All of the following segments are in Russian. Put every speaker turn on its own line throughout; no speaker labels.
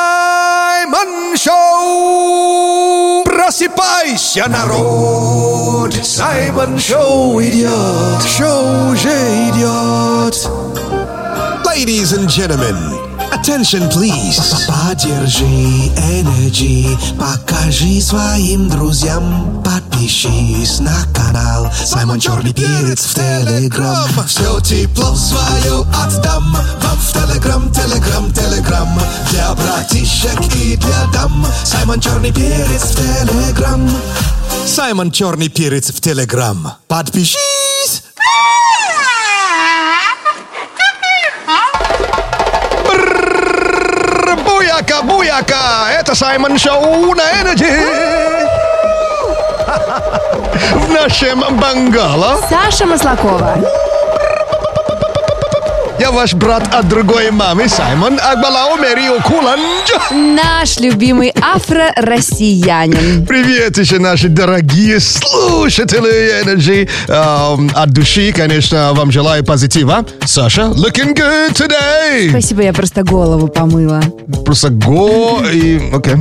Саймон Шоу! Просыпайся, народ! Саймон Шоу идет! Шоу уже идет! Ladies and gentlemen, attention please!
Поддержи Energy, покажи своим друзьям, подпишись на канал Саймон Черный Перец в Телеграм. Все тепло свое отдам вам в Телеграм, Телеграм, Телеграм. Для братишек и для дам Саймон Черный Перец в Телеграм.
Саймон Черный Перец в Телеграм. Подпишись! Брррр, Буяка, буяка! Это Саймон Шоу на Энерджи! В нашем бангало
Саша Маслакова.
я ваш брат от другой мамы Саймон Акбалао Мерио Куланджа.
Наш любимый афро-россиянин.
Привет еще наши дорогие слушатели Energy. Эм, от души, конечно, вам желаю позитива. Саша, looking good today.
Спасибо, я просто голову помыла.
Просто го и... Окей,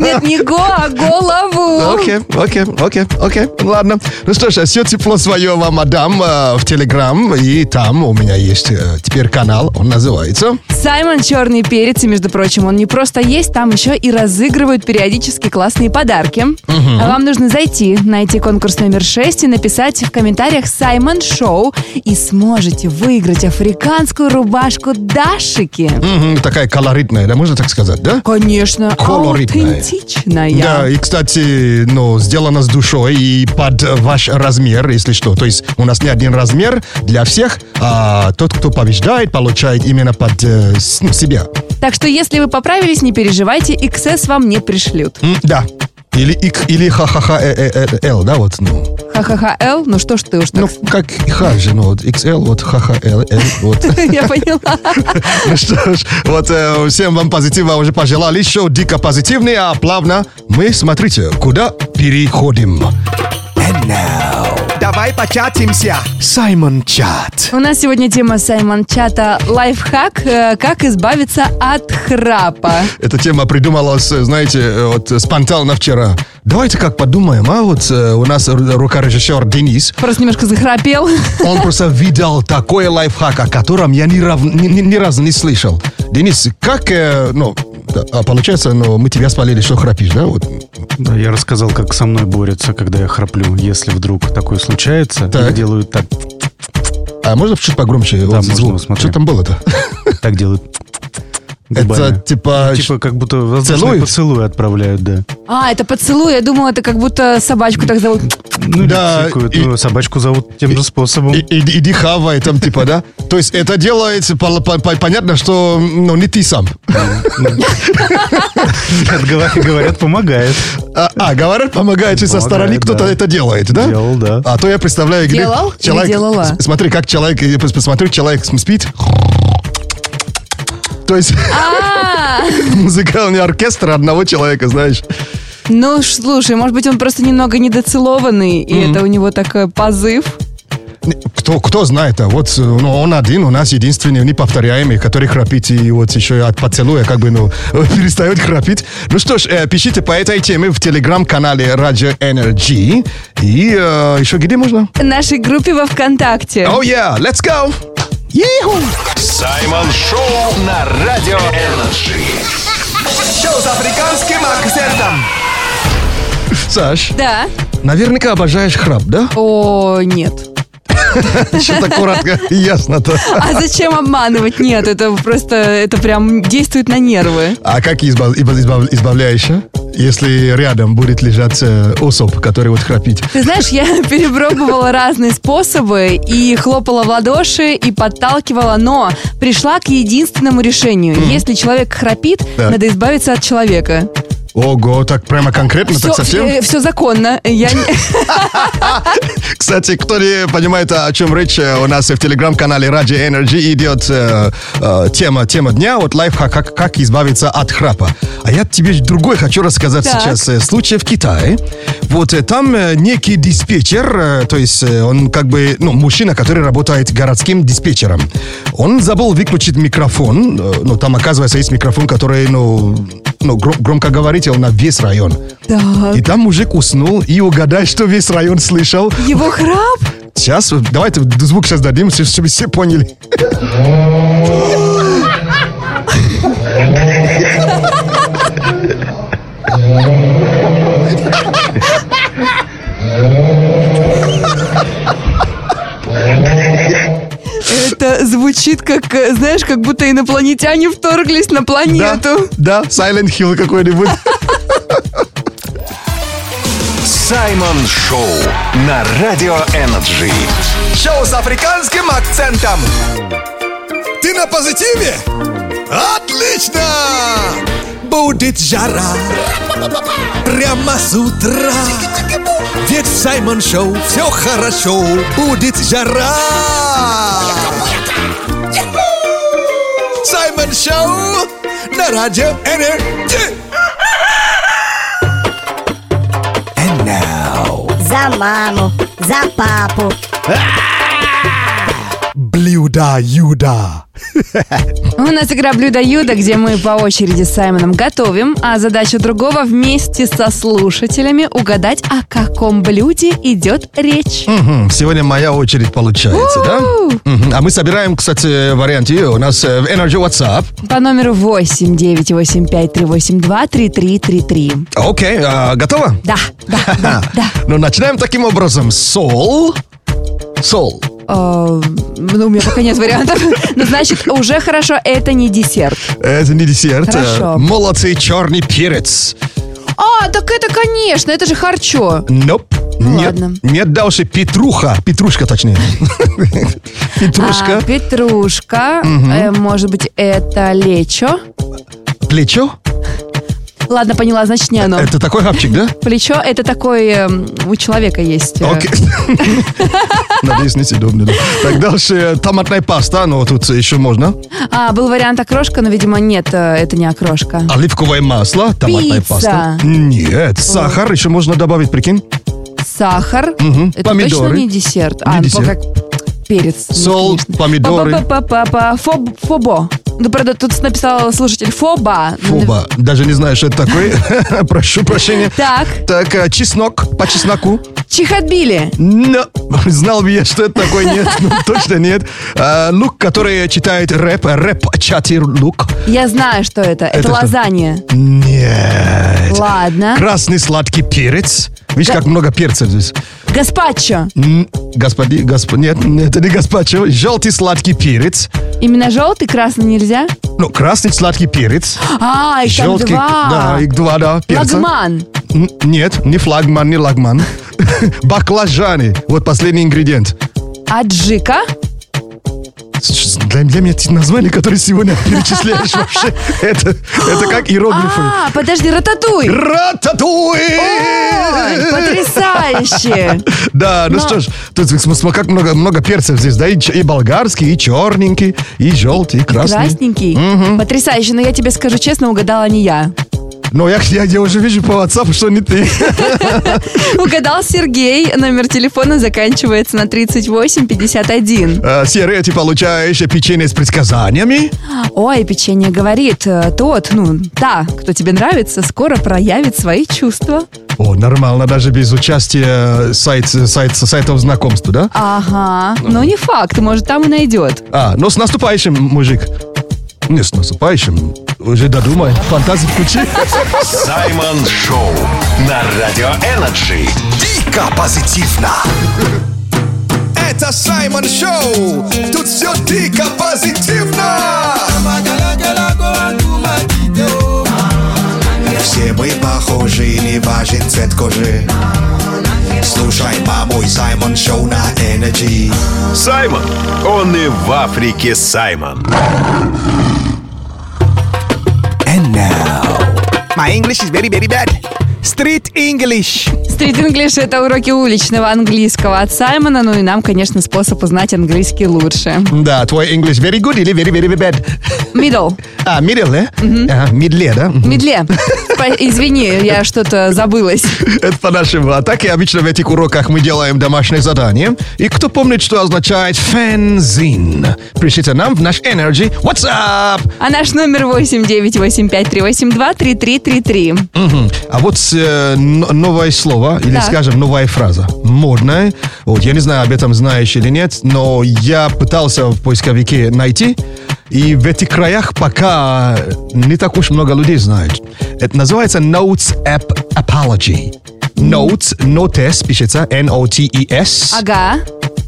Нет, не го, а голову.
окей, окей, окей, окей. Ладно. Ну что ж, все тепло свое вам отдам э, в Телеграм. И там у меня есть э, теперь канал. Он называется...
Саймон Черный Перец, и, между прочим, он не просто есть, там еще и разыгрывают периодически классные подарки. А вам нужно зайти, найти конкурс номер 6 и написать в комментариях «Саймон Шоу» и сможете выиграть африканскую рубашку Дашики.
Мгм, такая колоритная, да, можно так сказать, да?
Конечно,
Колоритная.
аутентичная.
Да, и, кстати, ну, сделано с душой и под ваш размер, если что. То есть у нас не один размер для всех, а тот, кто побеждает, получает именно под э, с- ну, себя.
Так что, если вы поправились, не переживайте, XS вам не пришлют.
М, да. Или ик, или ха-ха-ха э, э, э, Л, да, вот, ну.
Ха-ха-ха, Л, ну что ж ты уж
Ну,
так...
как ха же, ну, вот, XL, вот, ха-ха, Л, Л, вот.
Я поняла.
Ну что ж, вот э, всем вам позитива уже пожелали. Шоу дико позитивный, а плавно мы, смотрите, куда переходим.
Давай початимся.
Саймон Чат.
У нас сегодня тема Саймон Чата «Лайфхак. э, Как избавиться от храпа».
Эта тема придумалась, э, знаете, э, вот э, спонтанно вчера. Давайте как подумаем, а вот э, у нас ру- рукорежиссер Денис,
Просто немножко захрапел.
он просто видел такой лайфхак, о котором я ни, рав- ни- ни- ни разу не слышал. Денис, как, э, ну, да, а получается, ну, мы тебя спалили, что храпишь, да? Вот.
Да, я рассказал, как со мной борются, когда я храплю. Если вдруг такое случается,
Так.
так делают так.
А можно чуть погромче? вот
можно,
звук?
смотри.
Что там было-то?
Так делают.
Это
губами.
типа...
Типа как будто воздушные
Целуют?
поцелуи отправляют, да.
А, это поцелуй. Я думала, это как будто собачку так зовут.
Ну, или
Да,
псикают.
и-
Ну, собачку зовут тем же способом.
И- и- иди хавай там, типа, да? То есть это делается, пол- по- по- понятно, что, ну, не ты сам.
Отговор- Говорят, помогает.
А, а, говорят, помогает, и со
Помогает,
стороны кто-то
да.
это делает, да?
Делал, да.
А то я представляю, где
Делал или
человек,
делала?
с- Смотри, как человек, я пос- посмотрю, человек см- спит. То есть
А,
музыкальный оркестр одного человека, знаешь.
Ну, ж, слушай, может быть, он просто немного недоцелованный, и это у него такой позыв.
Не, Кто, кто знает, а вот э, ну, он один, у нас единственный неповторяемый, который храпит и вот еще и от поцелуя как бы, ну, перестает храпить. Ну что ж, э, пишите по этой теме в телеграм-канале Radio Energy и э, еще где можно?
В нашей группе во
Э.
ВКонтакте.
Oh yeah, let's go! Yee-hoo!
Саймон Шоу на Радио Энерджи.
Шоу с африканским акцентом.
Саш,
Да.
наверняка обожаешь храп, да?
О, нет.
Еще так коротко и ясно-то.
А зачем обманывать? Нет, это просто, это прям действует на нервы.
А как изба- изба- избав- избавляешь, а? если рядом будет лежать э, особ, который вот храпит?
Ты знаешь, я перепробовала разные способы и хлопала в ладоши, и подталкивала, но пришла к единственному решению. Если человек храпит,
Да.
надо избавиться от человека.
Ого, так прямо
Ну,
конкретно, так совсем?
все законно. Я не-
Кстати, кто не понимает, о чем речь, э, у нас в телеграм-канале Ради Energy идет э, э, тема, тема дня, вот лайфхак, как, как избавиться от храпа. А я тебе другой хочу рассказать
Так.
сейчас. э, Случай в Китае. Вот э, там э, некий диспетчер, э, то есть э, он как бы, ну, мужчина, который работает городским диспетчером. Он забыл выключить микрофон, э, ну, там, оказывается, есть микрофон, который, ну, ну, гро- громкоговоритель на весь район.
Так.
И там мужик уснул, и угадай, что весь район слышал.
Его храп?
Сейчас, вот, давайте звук сейчас дадим, чтоб- чтобы все поняли.
Это звучит как, э, знаешь, как будто инопланетяне вторглись на
Да,
планету.
да, Silent Hill какой-нибудь.
Саймон Шоу на Радио Энерджи.
Шоу с африканским акцентом.
Ты на позитиве? Отлично! Будет жара Прямо с утра Ведь в Саймон Шоу все хорошо Будет жара Саймон Шоу на радио Энерджи
За маму, за папу.
Блюда Юда
У нас игра «Блюдо-юдо», где мы по очереди с Саймоном готовим, а задача другого вместе со слушателями угадать, о каком блюде идет речь.
Мгм, Сегодня моя очередь получается, да? Мгм, А мы собираем, кстати, варианты. У нас э, в Energy WhatsApp.
По номеру 8 9 8 5 3 8 2 3 3 3 3.
Окей, а, готово?
Да, да, да, да.
Ну, начинаем таким образом. Сол. Сол.
Э, Ну, у меня пока нет вариантов. Ну, значит, уже хорошо, это не десерт.
Это не десерт.
Хорошо.
Э, Молодцы, черный перец.
А, так это, конечно, это же харчо.
Nope. Нет,
Ну, ладно.
нет дальше. Петруха. Петрушка, точнее. Петрушка.
А, петрушка. Э, Может быть, это лечо.
Плечо.
Ладно, поняла, значит, не оно.
Это такой хапчик, да?
Плечо это такой эм, у человека есть. э,
Окей. Надеюсь, несъедобно. да. Так, дальше э, томатная паста, но тут еще можно.
А, был вариант окрошка, но, видимо, нет, э, это не окрошка.
Оливковое масло, томатная
Пицца.
паста. Нет, сахар еще можно добавить, прикинь.
Сахар.
А. Мгм.
Это
Помидоры.
точно не десерт. а,
Не
ну,
десерт.
как перец. ну,
Сол,
конечно.
помидоры.
Па-па-па-па-па. Фоб- Фобо. Ну, правда, тут написал слушатель фоба.
Фоба. Даже не знаю, что это такое. Прошу прощения.
Так,
Так, э, чеснок по чесноку.
чихотбили.
Но знал бы я, что это такое, нет, ну, точно нет. А, лук, который читает рэп, э, рэп чати лук.
Я знаю, что это. Это,
Это что?
лазанья.
Нет.
Ладно.
Красный сладкий перец. Видишь, как много перца здесь.
Гаспачо.
М, Господи, госп- нет, это не гаспачо. Желтый сладкий перец.
Именно желтый, красный нельзя?
Ну, красный сладкий перец.
А, их там
Желтый,
два.
да, их два, да, перца.
Лагман.
М, Нет, не флагман, не лагман. Баклажаны. Вот последний ингредиент.
Аджика.
С- Для, для меня эти названия, которые сегодня перечисляешь вообще, это, это как иероглифы.
А, подожди, рататуй. Ой,
Рататуи!
потрясающе!
Да, ну
Но-
что ж, тут см- см- как много, много перцев здесь, да, и, ч- и болгарский, и черненький, и желтый, и красный.
Красненький. Потрясающе, но я тебе скажу честно, угадала не я.
Но Ну, я, я, я уже вижу по WhatsApp, что не ты.
Угадал Сергей. Номер телефона заканчивается на 3851.
Э, Серый, ты получаешь печенье с предсказаниями.
Ой, печенье говорит, э, тот, ну, та, кто тебе нравится, скоро проявит свои чувства.
О, нормально, даже без участия сайт, сайт, сайтов знакомств, да?
Ага, но не факт, может, там и найдет.
А, ну с наступающим, мужик. Не с наступающим. Уже додумай. Фантазии включи.
Саймон Шоу на Радио Энерджи.
Дико позитивно. Это Саймон Шоу. Тут все дико позитивно. Все мы похожи, не важен цвет кожи. Слушай маму и Саймон Шоу на Energy.
Саймон. Он и в Африке Саймон.
And now, my
My English is very, very bad. Street English.
Стрит English это уроки уличного английского от Саймона, ну и нам, конечно, способ узнать английский лучше.
Да, твой English very good или very, very, very bad?
Middle.
А, middle, да? Ага, middle, э, да? Мгм.
Медле. Спа- Извини, я что-то забылась.
Это по-нашему. А так и обычно в этих уроках мы делаем домашнее задание. И кто помнит, что означает фензин? Пишите нам в наш Energy WhatsApp.
А наш номер 89853823333.
Мгм. А вот э, но- новое слово, или,
Да.
скажем, новая фраза. Модная. Вот, я не знаю, об этом знаешь или нет, но я пытался в поисковике найти, и в этих краях пока не так уж много людей знают. Это называется Notes App Apology. Notes, notes пишется N-O-T-E-S.
Ага.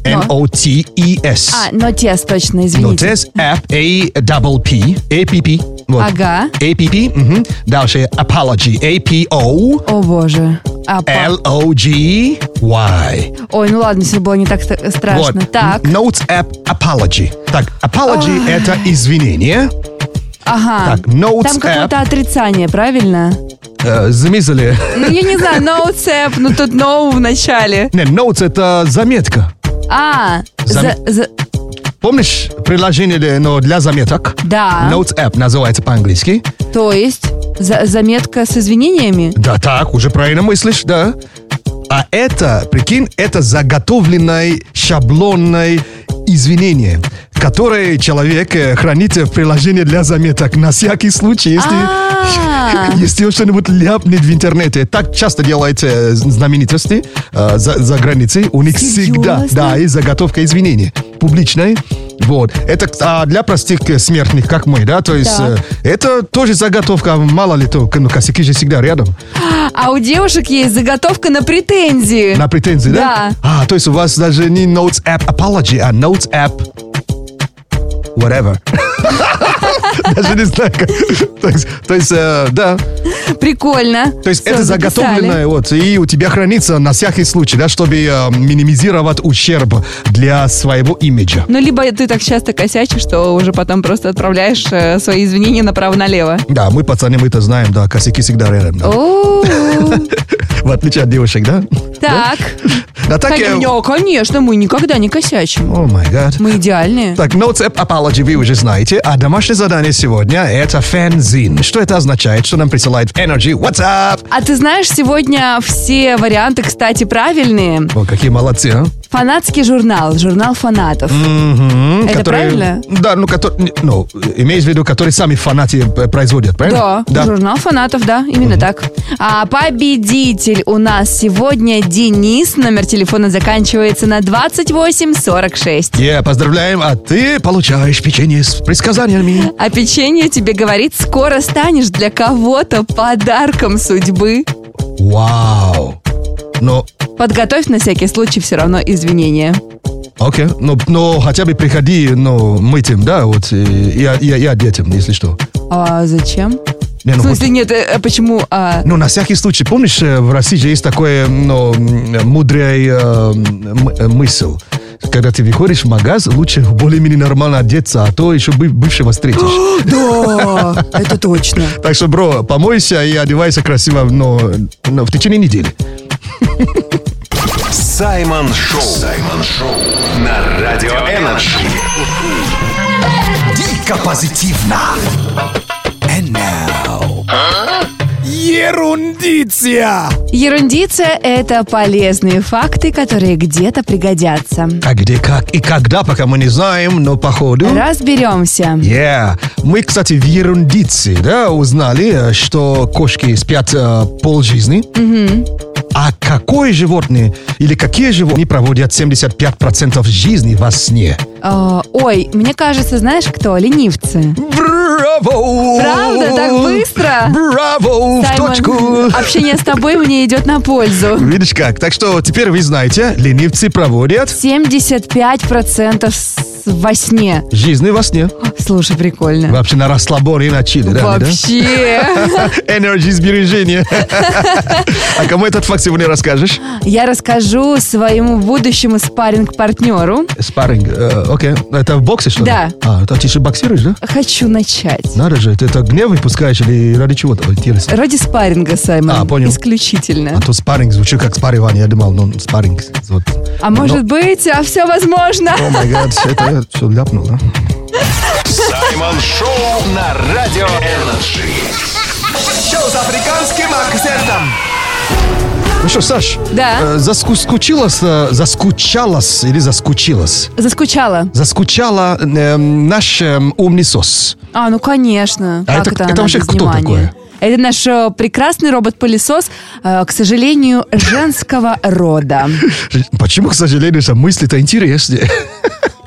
Но.
N-O-T-E-S.
А, но тес, точно, извините.
Notes App A double P A P P. Вот.
Ага.
A P P. мгм. Дальше apology A P O
О боже. А, па-
L O G Y.
Ой, ну ладно, все было не так ст- страшно.
Вот.
Так,
Notes App Apology. Так, apology это извинение.
ага.
так, notes
Там какое-то
app.
отрицание, правильно?
Э, заметили?
Ну, я не знаю, notes app, ну тут no в начале.
Не, notes это заметка.
А, за-
Зам-
за-
Помнишь приложение для, ну, для заметок?
Да.
Notes App называется по-английски.
то есть за- заметка с извинениями?
Да так, уже правильно мыслишь, да. А это, прикинь, это заготовленное шаблонное извинение, которое человек э, хранит в приложении для заметок на всякий случай,
А.
если, если он что-нибудь ляпнет в интернете. Так часто делают э, знаменитости э, за, за границей. У них всегда,
Серьезно?
да, и заготовка извинений публичная. Вот. Это а, для простых э, смертных, как мы, да, то есть
Так.
э, это тоже заготовка, мало ли то, ну, косяки же всегда рядом.
А у девушек есть заготовка на претензии.
На претензии, да?
Да.
А, то есть у вас даже не Notes App Apology, а Notes App Whatever. Даже не знаю, как. То есть, то есть, э, да.
Прикольно.
То есть
Всё,
это
записали.
заготовленное, вот, и у тебя хранится на всякий случай, да, чтобы э, минимизировать ущерб для своего имиджа.
Ну, либо ты так часто косячишь, что уже потом просто отправляешь э, свои извинения направо-налево.
Да, мы, пацаны, мы это знаем, да, косяки всегда рядом, да.
О,
В отличие от девушек, да?
Так.
Да так, э,
Кон- не, конечно, мы никогда не косячим.
о май гад.
Мы идеальные.
Так, Notes App Apology вы уже знаете, а домашнее задание сегодня — это фэнзин. Что это означает? Что нам присылает в Energy WhatsApp?
А ты знаешь, сегодня все варианты, кстати, правильные.
О, какие молодцы, а?
Фанатский журнал, журнал фанатов.
Мгм,
Это
которые-
правильно?
Да, ну, которые, ну, имеешь в виду, которые сами фанаты э, производят, правильно?
Да, журнал фанатов, да, именно так. А победитель у нас сегодня Денис. Номер телефона заканчивается на 2846.
Е, поздравляем, а ты получаешь печенье с предсказаниями.
А печенье тебе говорит, скоро станешь для кого-то подарком судьбы.
Вау. Ну,
Подготовь на всякий случай все равно извинения.
окей, ну, ну, хотя бы приходи, ну, мы тем, да, вот, я, детям, если что.
А зачем?
Не, ну,
В
хоть-
смысле, нет, э, э, почему? а,
Ну, на всякий случай, помнишь, э, в России же есть такое ну, м, мудрая э, м- э, мысль. Когда ты выходишь в магаз, лучше более-менее нормально одеться, а то еще бы- бывшего встретишь.
Да, это точно.
Так что, бро, помойся и одевайся красиво но, но в течение недели.
Саймон Шоу. Саймон Шоу. На Радио Энерджи.
Дико позитивно. And now. Ерундиция.
Ерундиция – это полезные факты, которые где-то пригодятся.
А где, как и когда, пока мы не знаем, но походу...
Разберемся.
Yeah. Мы, кстати, в ерундице, да, узнали, э, что кошки спят э, полжизни. А какое животное или какие животные проводят 75% жизни во сне?
Э, Ой, мне кажется, знаешь кто? Ленивцы.
Браво!
Правда? Так быстро?
Браво! В
Саймон.
точку!
общение с тобой мне идет на пользу.
Видишь как? Так что теперь вы знаете, ленивцы проводят
75% с- во сне.
жизнь во сне.
Слушай, прикольно.
Вообще на расслабоне начали, да? да?
Вообще.
Энергии сбережения. А кому этот факт сегодня расскажешь?
Я расскажу своему будущему спарринг-партнеру.
Спарринг. э, Окей. Это в боксе, что ли?
Да.
А, это ты же боксируешь, да?
Хочу начать.
Надо же, ты это гнев выпускаешь или ради чего-то? Ой, Интересно.
Ради спарринга, Саймон.
А, понял.
Исключительно.
А то спарринг звучит как спаривание. Я думал, ну, спарринг. Вот.
А может быть, а все возможно.
О май гад, это я все ляпнул, да?
Саймон Шоу на Радио Энерджи.
Шоу с африканским акцентом.
Ну что, Саш,
Да.
э, заску- скучилась, э, заскучалась или заскучилась?
Заскучала.
Заскучала э, наш э, умный сос.
А, ну конечно.
А
Как
это- это
она
вообще
без
кто
внимания?
такое?
Это наш э, прекрасный робот-пылесос, э, к сожалению, женского рода.
Почему, к сожалению, что мысли-то интереснее?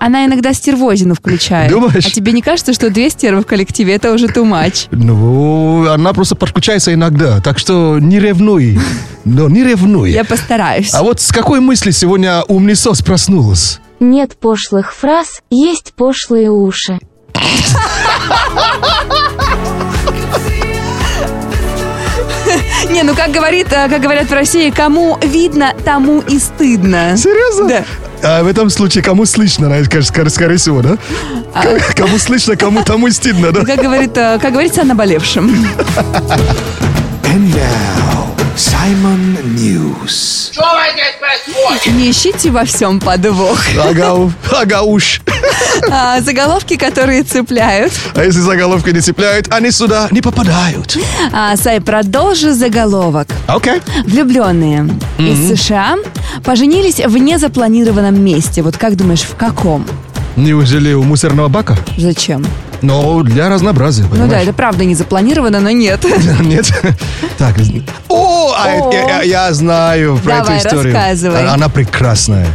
Она иногда стервозину включает.
Думаешь?
А тебе не кажется, что две стервы в коллективе это уже too much?
Ну, она просто подключается иногда, так что не ревнуй. Но не ревнуй.
Я постараюсь.
А вот с какой мысли сегодня умный сос проснулась?
Нет пошлых фраз, есть пошлые уши.
Не, ну как говорит, э, как говорят в России, кому видно, тому и стыдно.
Серьезно?
Да.
А в этом случае кому слышно, наверное, скаж- скорее, скорее всего, да?
А.
Кому слышно, кому тому и стыдно, да?
Как говорит, э, как говорится, о наболевшем.
And now, Simon News.
Не ищите во всем подвох.
Ага, у- ага уж.
А, заголовки, которые цепляют.
А если заголовки не цепляют, они сюда не попадают.
А, Сай, продолжи заголовок.
Окей.
Влюбленные из США поженились в незапланированном месте. Вот как думаешь, в каком?
Неужели у мусорного бака?
Зачем?
Но для разнообразия,
Ну да,
понимаешь?
это правда не запланировано, но нет.
Нет? Так. О, а,
О.
я- я- я знаю про
Давай,
эту историю.
рассказывай.
Она прекрасная.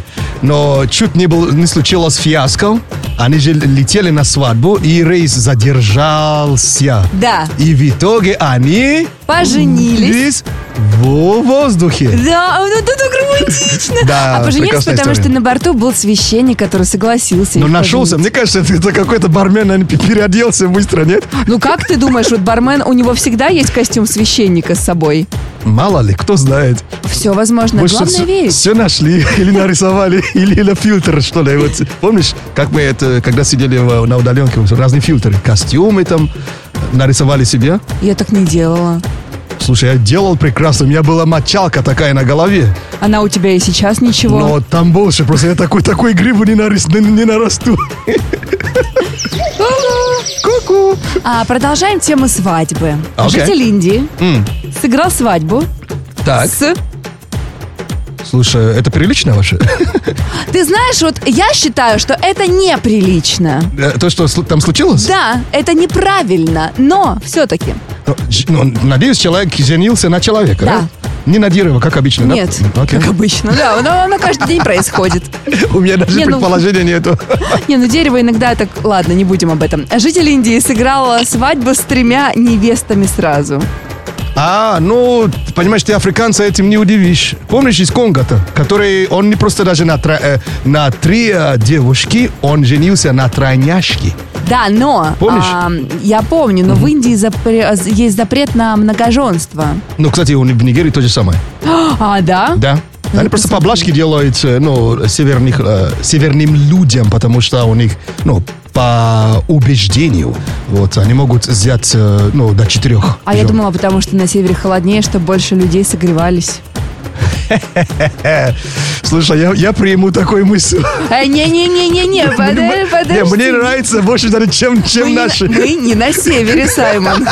Но чуть не, был, не случилось фиаско. Они же летели на свадьбу, и рейс задержался.
Да.
И в итоге они...
Поженились.
Здесь в воздухе.
Да, ну это так романтично.
Да,
а поженились,
прекрасная
потому
история.
что на борту был священник, который согласился.
Но
их
нашелся.
поженить.
Мне кажется, это какой-то бармен наверное, переоделся быстро, нет?
Ну как ты думаешь, вот бармен, у него всегда есть костюм священника с собой?
Мало ли, кто знает.
Все возможно, главное
все,
верить.
все нашли, или нарисовали, или на фильтр, что ли. Вот, помнишь, как мы это, когда сидели в- на удаленке, вот разные фильтры, костюмы там, нарисовали себе.
Я так не делала.
Слушай, я делал прекрасно, у меня была мочалка такая на голове,
Она у тебя и сейчас ничего.
но там больше, просто я такой, такой гриву не, нарис, не, не нарасту. Ку-ку.
А, продолжаем тему свадьбы.
Окей.
Житель Индии сыграл свадьбу
Так,
с...
слушай, это прилично вообще?
Ты знаешь, вот я считаю, что это неприлично.
Э, То, что слу- там случилось?
Да, это неправильно, но все-таки.
Ну, ж- ну, надеюсь, человек женился на человека,
Да.
Не на дерево, как обычно, Ну, да?
Нет,
Окей.
как обычно. Да, но оно каждый день происходит.
У меня даже
Не, ну-
предположения нету.
Не, ну дерево иногда так... Ладно, не будем об этом. Житель Индии сыграл свадьбу с тремя невестами сразу.
А, ну, понимаешь, ты африканца этим не удивишь. Помнишь из Конго-то, который, он не просто даже на, тра- э, на три э, девушки, он женился на тройняшке.
Да, но...
Помнишь?
а, я помню, но в Индии запре- а, есть запрет на многоженство.
Ну, кстати, у- в Нигерии то же самое.
А, да?
Да. Они
Надо
просто
посмотреть.
поблажки делают, э, ну, северных, э, северным людям, потому что у них, ну, по убеждению, вот, они могут взять, э, ну, до четырех.
А я
жен.
думала, потому что на севере холоднее, чтобы больше людей согревались.
Э, Слушай, я, я приму такой мысль.
Э, Не-не-не-не-не, подожди,
Не,
подожди.
мне нравится больше, даже, чем,
Мы
чем
не на-
наши.
мы не на севере, Саймон.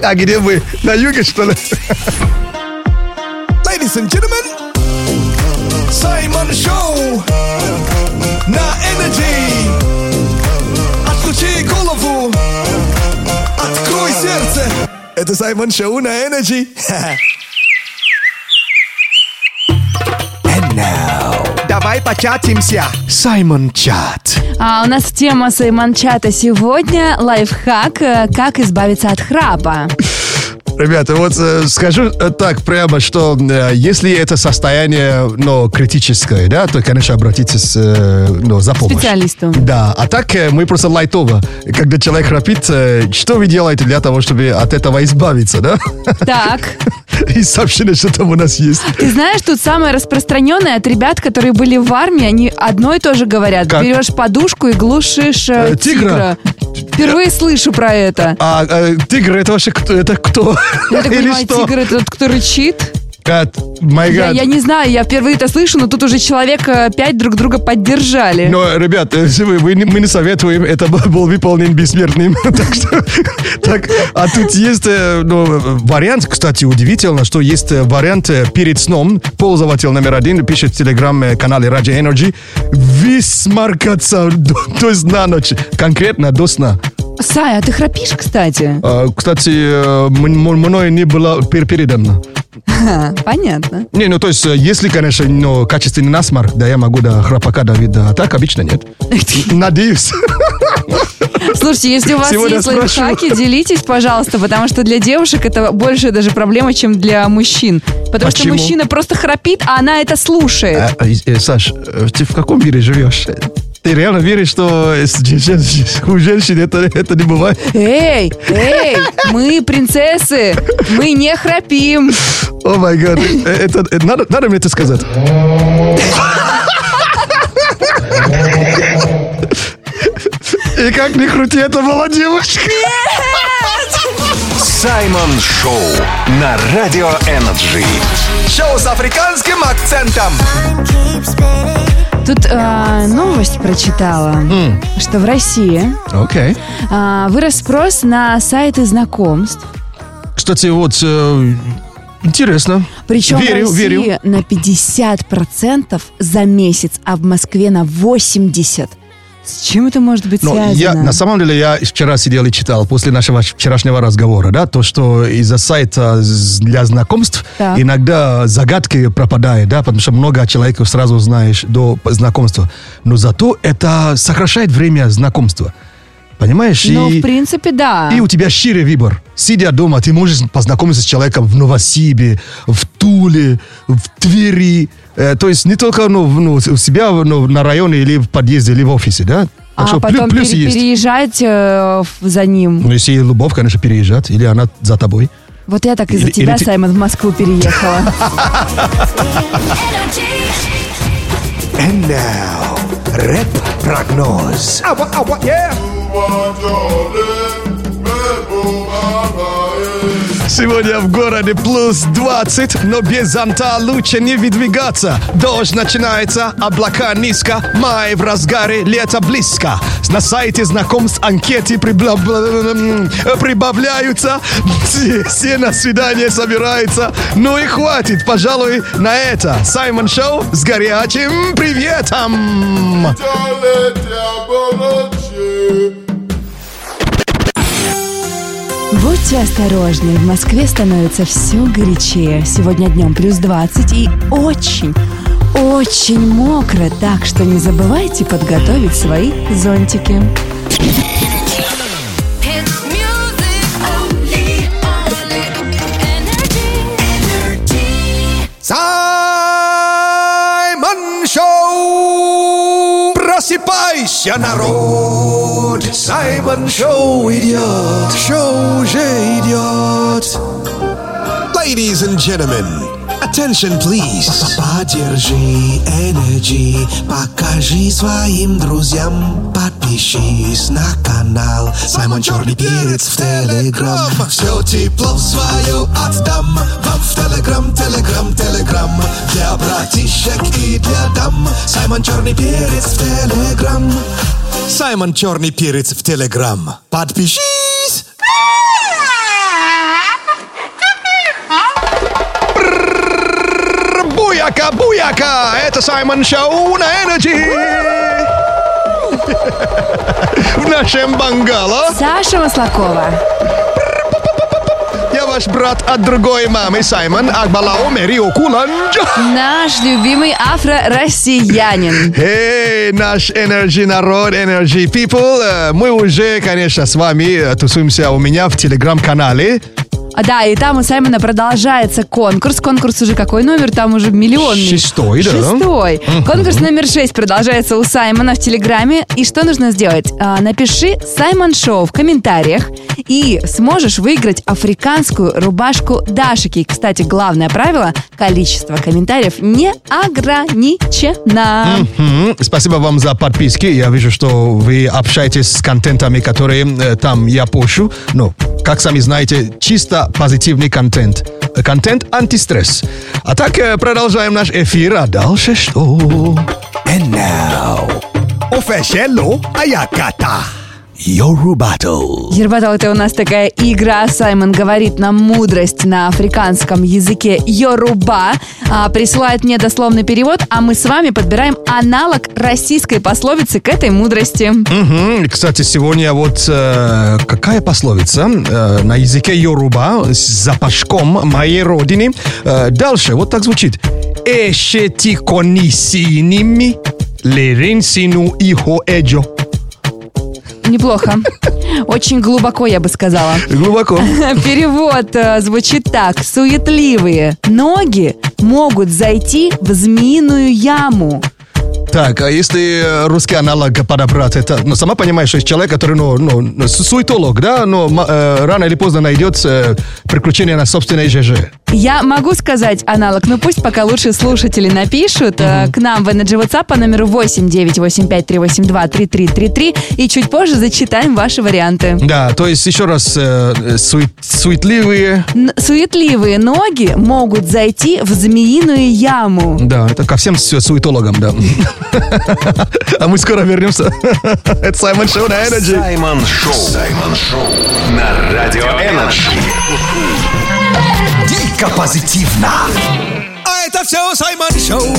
А где вы? На юге, что ли?
Ladies and gentlemen, Саймон Шоу на Energy. Отключи голову, открой сердце. Это Саймон Шоу на Energy. And now,
Давай початимся.
Саймон Чат.
А у нас тема Саймон Чата сегодня лайфхак, э, как избавиться от храпа.
Ребята, вот э, скажу э, так прямо, что э, если это состояние, ну, критическое, да, то, конечно, обратитесь, э, ну, за помощью.
Специалисту.
Да, а так э, мы просто лайтово. Когда человек храпит, э, что вы делаете для того, чтобы от этого избавиться, да?
Так,
И сообщили, что там у нас есть.
ты знаешь, тут самое распространенное от ребят, которые были в армии, они одно и то же говорят.
Как?
Берешь подушку и глушишь э,
Э, тигра.
Впервые слышу про это.
А э, тигр это вообще кто? Это кто?
Я так
Или
понимаю,
что?
Ну, тигр это тот, кто рычит.
God, my
Я,
God.
я не знаю, я впервые это слышу, но тут уже человек э, пять друг друга поддержали.
Но, ребят, э, вы- вы не- мы не советуем, это б- был выполнен бессмертным. Так что, так, а тут есть э, ну, э, вариант, кстати, удивительно, что есть э, вариант э, перед сном. Пользователь номер один пишет в э, телеграм-канале Radio Energy высморкаться до, то есть на ночь, конкретно до сна.
Сая, а ты храпишь, кстати?
Э, Кстати, э, м- м- мною не было пер- передано.
А, понятно.
Не, ну то есть, э, если, конечно, ну, качественный насморк, да, я могу до храпака давить, да, а так обычно нет. Надеюсь.
Слушайте, если у вас
Сегодня
есть
спрошу.
лайфхаки, делитесь, пожалуйста, потому что для девушек это большая даже проблема, чем для мужчин. Потому
Почему?
что мужчина просто храпит, а она это слушает.
А, э, э, Саш, э, ты в каком мире живешь? Ты реально веришь, что с- с- у женщин это, это не бывает?
Эй, эй, мы принцессы, мы не храпим.
О май гад, Э, это, э, надо, надо мне это сказать. И как ни крути, это была девушка.
Саймон Шоу на Радио Энерджи.
Шоу с африканским акцентом.
Тут а, новость прочитала, что в России
Окей.
а, вырос спрос на сайты знакомств.
Кстати, вот э, интересно.
Причем
верю,
в России
верю.
на 50% за месяц, а в Москве на 80%. С чем это может быть
Но
связано?
Ну, я, на самом деле, я вчера сидел и читал после нашего вчерашнего разговора, да, то, что из-за сайта з- для знакомств
Так.
иногда загадки пропадают, да, потому что много человек сразу знаешь до п- знакомства. Но зато это сокращает время знакомства. Понимаешь?
Ну,
и,
в принципе, да. А
и у тебя шире выбор. Сидя дома, ты можешь познакомиться с человеком в Новосибе, в Туле, в Твери. Э, то есть не только ну, в- ну, у себя ну, на районе или в подъезде, или в офисе, да?
а
Так что плю-
потом
плюсы
пере-
есть.
переезжать э, в- за ним.
Ну, если любовь, конечно, переезжает, или она за тобой.
Вот я так из-за
Или-
тебя,
или ты-
Саймон, в Москву переехала.
And now, рэп-прогноз.
Ауа, ауа, yeah.
Сегодня в городе плюс 20, но без зонта лучше не выдвигаться. Дождь начинается, облака низко, май в разгаре, лето близко. На сайте знакомств анкеты прибла- бла- м, прибавляются, все, все на свидание собираются. Ну и хватит, пожалуй, на это. Саймон Шоу с горячим приветом!
Будьте осторожны, в Москве становится все горячее. Сегодня днем плюс 20 и очень, очень мокро, так что не забывайте подготовить свои зонтики.
Саймон Шоу! Просыпайся, народ! Саймон Шоу идет! Шоу уже идет!
Ladies and gentlemen, attention please. Поддержи Energy, покажи своим друзьям. Подпишись на канал Саймон Черный Перец в Телеграм. Все тепло свое отдам вам в Телеграм, Телеграм, Телеграм. Для братишек и для дам Саймон Черный Перец в Телеграм. Саймон Черный Перец в Телеграм. Подпишись!
Буяка, буяка! Это Саймон Шоу на Энерджи! В нашем бангало
Саша Маслакова.
я ваш брат от другой мамы Саймон Акбалао Мерио Куланджа.
Наш любимый афро-россиянин.
Эй, наш Energy народ, Energy people. Э, Мы уже, конечно, с вами э, тусуемся у меня в телеграм-канале.
А, Да, и там у Саймона продолжается конкурс. Конкурс уже какой номер? Там уже миллионный.
Шестой, да?
Шестой. Конкурс номер шесть продолжается у Саймона в Телеграме. И что нужно сделать? А, Напиши «Саймон Шоу» в комментариях и сможешь выиграть африканскую рубашку Дашики. И, Кстати, главное правило – количество комментариев не ограничено.
Мгм. Спасибо вам за подписки. Я вижу, что вы общаетесь с контентами, которые э, там я пущу. Но, как сами знаете, чисто позитивный контент. Э, Контент антистресс. А так э, продолжаем наш эфир. А дальше что?
And now, Ofeshelo Ayakata. Yoru Battle.
Ербатал, это у нас такая игра. Саймон говорит нам мудрость на африканском языке Йоруба. А, присылает мне дословный перевод, а мы с вами подбираем аналог российской пословицы к этой мудрости.
Мгм. Кстати, сегодня вот э, какая пословица Э, на языке Йоруба с запашком моей родины. Э, дальше вот так звучит. Эшетиконисиними леринсину ихо эджо.
Неплохо. Очень глубоко, я бы сказала.
Глубоко.
Перевод э, звучит так. Суетливые ноги могут зайти в змеиную яму.
Так, а если э, русский аналог подобрать, это, ну, сама понимаешь, есть человек, который, ну, ну, ну, су- суетолог, да, но м- э, рано или поздно найдет э, приключения на собственной ЖЖ.
Я могу сказать аналог, но пусть пока лучше слушатели напишут э, к нам в Energy WhatsApp по номеру 89853823333 и чуть позже зачитаем ваши варианты.
Да, то есть, еще раз, э, э, сует- суетливые,
Н- суетливые ноги могут зайти в змеиную яму.
Да, это ко всем су- суетологам, да. А мы скоро вернемся. Это Саймон Шоу на Energy.
Саймон Шоу. Саймон Шоу на Радио Энерджи.
Дико позитивно. А это все Саймон Шоу.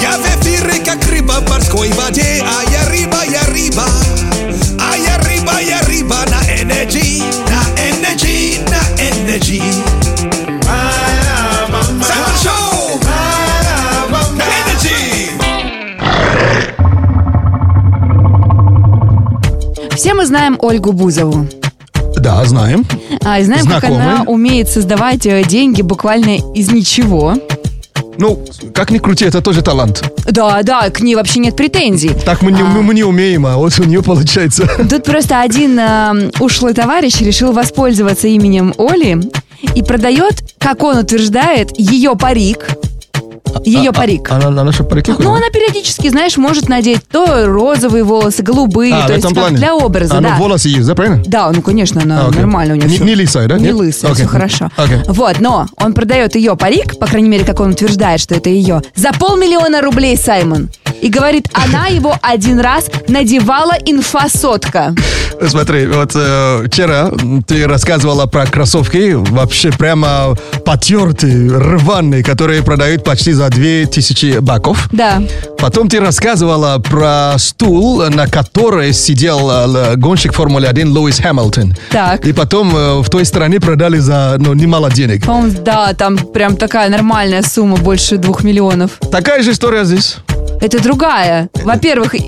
Я в эфире, как рыба в морской воде. А я рыба, я рыба. А я рыба, я рыба на энергии. На энергии, на энергии. Саймон Шоу. На энергии.
Все мы знаем Ольгу Бузову.
Да, знаем.
А, и знаем,
Знакомы.
как она умеет создавать э, деньги буквально из ничего.
Ну, как ни крути, это тоже талант.
Да, да, к ней вообще нет претензий.
Так мы не, мы- мы не умеем, а вот у нее получается.
Тут просто один э, ушлый товарищ решил воспользоваться именем Оли и продает, как он утверждает, ее парик.
А,
Ее парик.
Она, она что, парики
ну,
ходит? А,
она периодически, знаешь, может надеть то розовые волосы, голубые,
А,
то
в
есть
этом
как
плане.
для образа,
А, ну,
да.
волосы есть, да, правильно?
Да, ну, конечно, она
А, окей.
нормально у нее
Не-
все.
не лысая, да?
Не
Нет?
лысая,
Окей.
все хорошо.
Окей.
Вот, но он продает ее парик, по крайней мере, как он утверждает, что это ее, за полмиллиона рублей, Саймон. И говорит, она его один раз надевала инфосотка.
Смотри, вот э, вчера м, ты рассказывала про кроссовки, вообще прямо потертые, рваные, которые продают почти за 2000 баков.
Да.
Потом ты рассказывала про стул, на который сидел э, л- гонщик Формулы-1 Луис Хэмилтон.
Так.
И потом э, в той стране продали за ну, немало денег.
По-моему, да, там прям такая нормальная сумма, больше двух миллионов.
Такая же история здесь.
Это другая. Во-первых, э,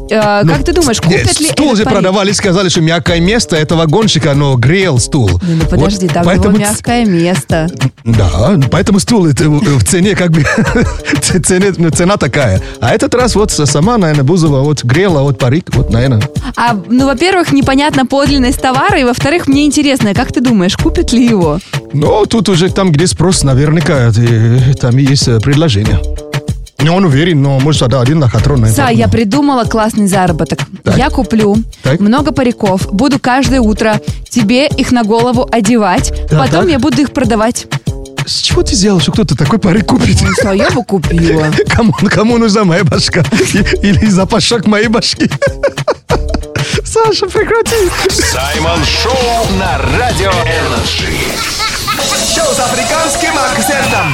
Ну,
как ты думаешь,
э,
купят ли
Стул
этот
же
парик?
продавали, сказали, что мягкое место этого гонщика, но грел стул.
Ну, ну,
Вот
подожди, там
поэтому
его
ц-
мягкое место.
Да, поэтому стул это, э, в цене как бы ц- цене- ну, цена такая. А этот раз вот сама, наверное, Бузова вот грела вот парик, вот, наверное.
А, ну, во-первых, непонятна подлинность товара, и, во-вторых, мне интересно, как ты думаешь, купят ли его?
Но Ну, тут уже там, где спрос, наверняка, э, там и есть э, предложение. Не он уверен, но может тогда один лохотрон. наверное,
Са, я
поэтому.
придумала классный заработок.
Так.
Я куплю
Так.
много париков, буду каждое утро тебе их на голову одевать,
Да,
потом
так.
я буду их продавать.
С чего ты сделал, что кто-то такой парик купит?
Ну, Са, я бы купила.
Кому, кому нужна моя башка? Или запашок моей башки? Саша, прекрати.
Саймон Шоу на Радио Энерджи.
Шоу с африканским акцентом.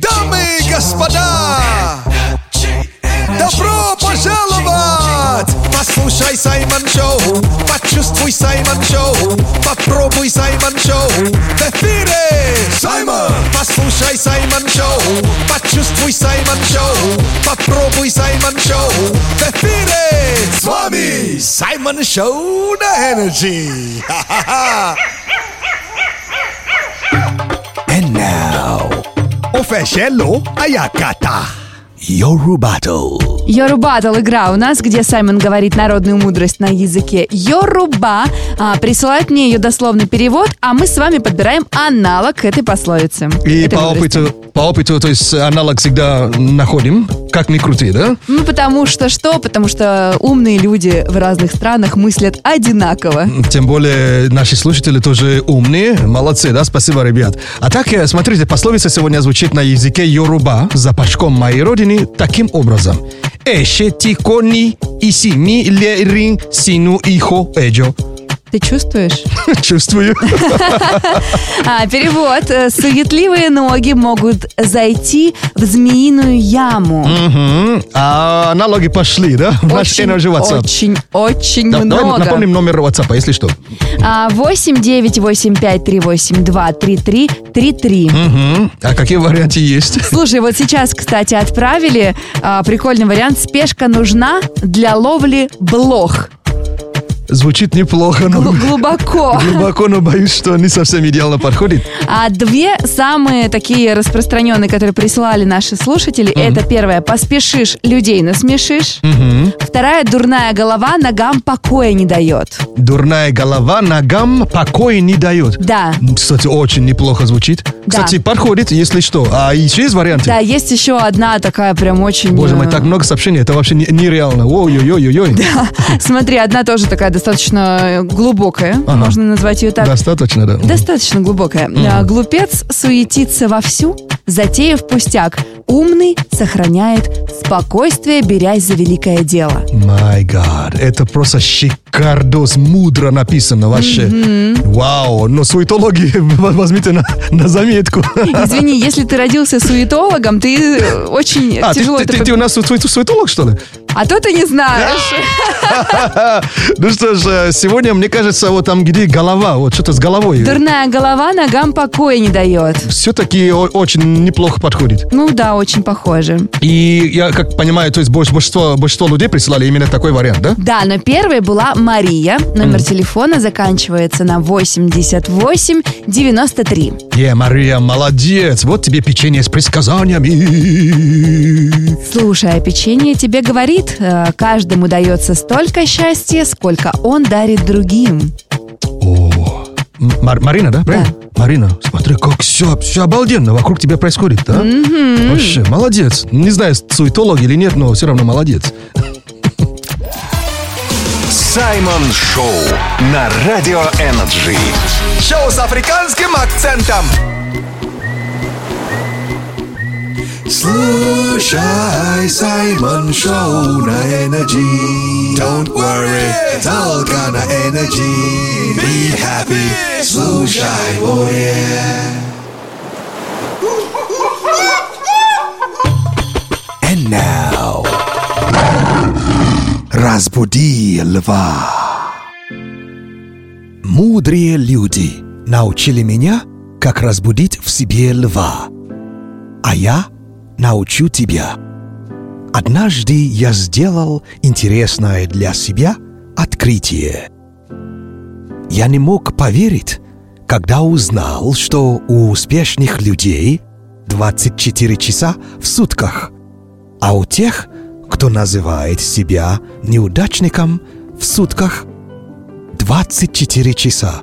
Дамы и господа, добро пожаловать! Послушай Саймон Шоу, почувствуй Саймон Шоу, попробуй Саймон Шоу, в эфире Саймон! Послушай Саймон Шоу, почувствуй Саймон Шоу, попробуй Саймон Шоу. В эфире с вами Саймон Шоу на Энерджи. And now, official Ayakata. Yoru Battle.
Йорубатл игра у нас, где Саймон говорит народную мудрость на языке Йоруба, а, присылает мне ее дословный перевод, а мы с вами подбираем аналог этой пословицы.
И
этой
по
мудрости.
опыту, по опыту, то есть аналог всегда находим, как ни крути, да?
Ну, потому что что? Потому что умные люди в разных странах мыслят одинаково.
Тем более наши слушатели тоже умные, молодцы, да, спасибо, ребят. А так, э, смотрите, пословица сегодня звучит на языке Йоруба, за пашком моей родины, таким образом. Эше тикони иси ми лерин сину ихо эджо.
Ты чувствуешь?
Чувствую.
А, перевод. Э, Суетливые ноги могут зайти в змеиную яму.
Мгм. А налоги пошли, да? В наш
Очень,
Energy WhatsApp.
очень, очень
Да,
много.
Давай напомним номер WhatsApp, если что.
А, 8 9 8 5 3 8 2 3 3 3 3.
Мгм. А какие варианты есть?
Слушай, вот сейчас, кстати, отправили а, прикольный вариант. Спешка нужна для ловли блох.
Звучит неплохо, но
Гл- глубоко.
глубоко, но боюсь, что не совсем идеально подходит.
А две самые такие распространенные, которые присылали наши слушатели, это первая «Поспешишь, людей насмешишь». Вторая «Дурная голова ногам покоя не дает».
Дурная голова ногам покоя не дает.
Да.
Кстати, очень неплохо звучит.
Да.
Кстати, подходит, если что. А еще есть варианты?
Да, есть еще одна такая прям очень...
Боже мой,
э,
так много сообщений, это вообще не- нереально. Ой-ой-ой-ой.
Смотри, одна тоже такая достаточно э, глубокая,
Ага.
можно назвать ее так.
Достаточно, да.
Достаточно глубокая. А, Глупец суетится вовсю, затея в пустяк. Умный сохраняет спокойствие, берясь за великое дело.
My God, это просто шикардос, мудро написано вообще. Вау, но суетологи в- возьмите на, на заметку.
Извини, если ты родился суетологом, ты э, очень
А, ты,
тяжело
ты-
это
ты- ты у нас су- су- суетолог, что ли?
по- А то ты не знаешь.
Ну что ж, э, сегодня, мне кажется, вот там где голова, вот что-то с головой.
Дурная голова ногам покоя не дает.
Все-таки очень неплохо подходит.
Ну да, очень похоже.
И я как понимаю, то есть больш- большинство, большинство людей присылали именно такой вариант, да?
Да, но первой была Мария. Номер телефона заканчивается на 8893.
Е, Мария, молодец, вот тебе печенье с предсказаниями.
Слушай, а печенье тебе говорит, э, каждому дается столько счастья, сколько он дарит другим.
О, М- Мар- Марина, да? правильно? Марина, смотри, как все, все обалденно вокруг тебя происходит, да? Вообще, молодец. Не знаю, суетолог или нет, но все равно молодец.
Саймон Шоу на Радио Энерджи.
Шоу с африканским акцентом.
Слушай Саймон Шоу на Energy. Don't worry, только на Energy. Be happy, слушай, oh yeah. And now, разбуди льва. Мудрые люди научили меня, как разбудить в себе льва а я научу тебя. Однажды я сделал интересное для себя открытие. Я не мог поверить, когда узнал, что у успешных людей 24 часа в сутках, а у тех, кто называет себя неудачником, в сутках 24 часа.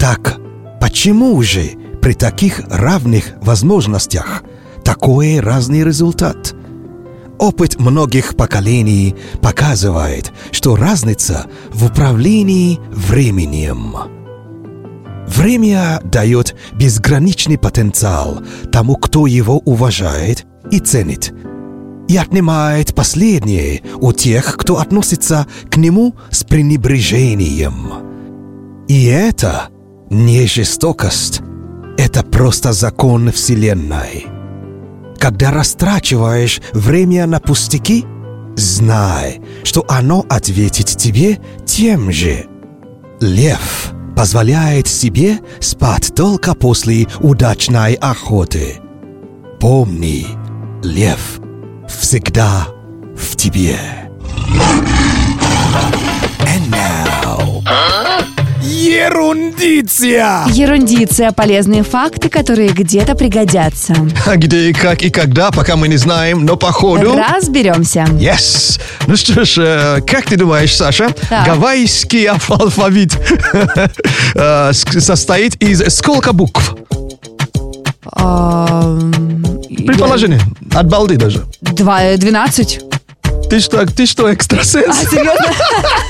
Так почему же при таких равных возможностях такой разный результат? Опыт многих поколений показывает, что разница в управлении временем. Время дает безграничный потенциал тому, кто его уважает и ценит, и отнимает последнее у тех, кто относится к нему с пренебрежением. И это не жестокость, это просто закон Вселенной. Когда растрачиваешь время на пустяки, знай, что оно ответит тебе тем же. Лев позволяет себе спать только после удачной охоты. Помни, лев всегда в тебе. And now... Ерундиция!
Ерундиция. Полезные факты, которые где-то пригодятся.
А Где и как и когда, пока мы не знаем, но походу...
Разберемся.
Yes. Ну что ж, э, как ты думаешь, Саша,
Так.
гавайский алф- алфавит э, ск- состоит из сколько букв?
Эм,
Предположение. От балды даже.
Два, э, двенадцать.
Ты что, ты что, экстрасенс?
Серьезно?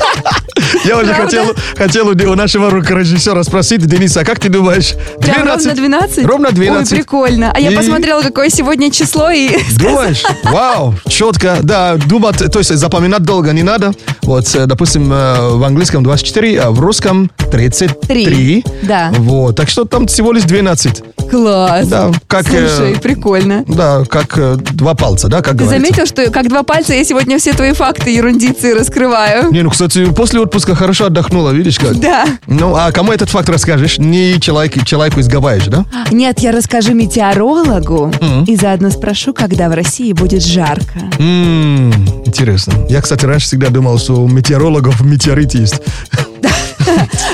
Я уже
А, правда?
хотел, хотел у де- у нашего рукорежиссера спросить, Дениса, а как ты думаешь?
Прям ровно 12?
Ровно 12.
Ой, прикольно. А
И-
я посмотрела, какое сегодня число, и
Думаешь? Вау, четко. Да, думать, то есть запоминать долго не надо. Вот, э, допустим, э, в английском 24, а в русском 33.
Три. Да.
Вот, так что там всего лишь 12.
класс.
Да, как, э,
Слушай, прикольно.
Да, как э, два пальца, да, как
Ты
говорится.
заметил, что как два пальца я сегодня все твои факты ерундиции раскрываю?
Не, ну, кстати, после отпуска хорошо отдохнула, видишь как?
Да.
Ну, а кому этот факт расскажешь? Не человек, человеку из Гавайи же, да?
Нет, я расскажу метеорологу и заодно спрошу, когда в России будет жарко.
М, интересно. Я, кстати, раньше всегда думал, что у метеорологов метеорит есть.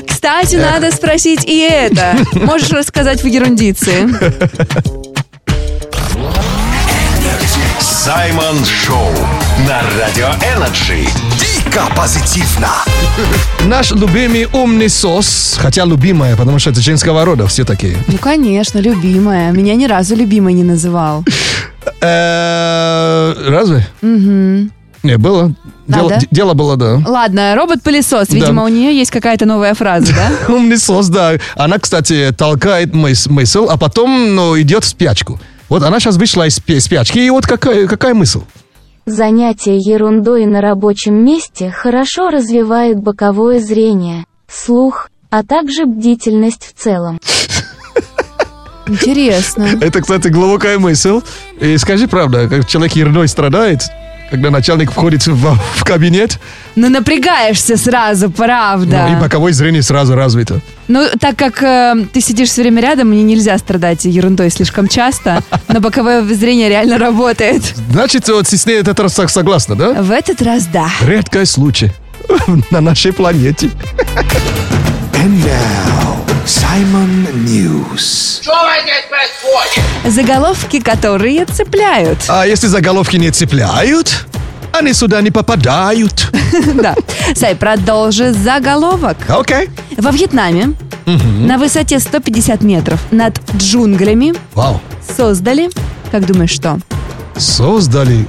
Кстати, надо спросить и это. Можешь рассказать в ерундиции?
Саймон Шоу на Радио Энерджи.
Дико позитивно.
Наш любимый умный сос, хотя любимая, потому что это женского рода все такие.
Ну, конечно, любимая. Меня ни разу любимой не называл.
Э, Разве? Не, было. Дело-
да?
д- Дело было, да.
Ладно, робот-пылесос. Видимо, у нее есть какая-то новая фраза, да?
Умный сос, да. Она, кстати, толкает мыс- мысль, а потом ну, идет в спячку. Вот она сейчас вышла из спя- спячки, и вот какая, какая мысль?
Занятие ерундой на рабочем месте хорошо развивает боковое зрение, слух, а также бдительность в целом.
Интересно.
Это, кстати, глубокая мысль. И скажи правда, как человек ерной страдает, когда начальник входит в, в кабинет,
Ну, напрягаешься сразу, правда.
ну, и боковое зрение сразу развито.
Ну, так как э, ты сидишь все время рядом, мне нельзя страдать ерундой слишком часто, но боковое зрение реально работает.
Значит, вот с ней этот раз сог- согласна, да?
В этот раз да.
Редкий случай на нашей планете.
And now, Simon News.
Заголовки, которые цепляют.
А если заголовки не цепляют, они сюда не попадают.
Да. Сай, продолжи заголовок.
Окей.
Во Вьетнаме на высоте 150 метров над джунглями
Вау.
создали, как думаешь, что?
создали.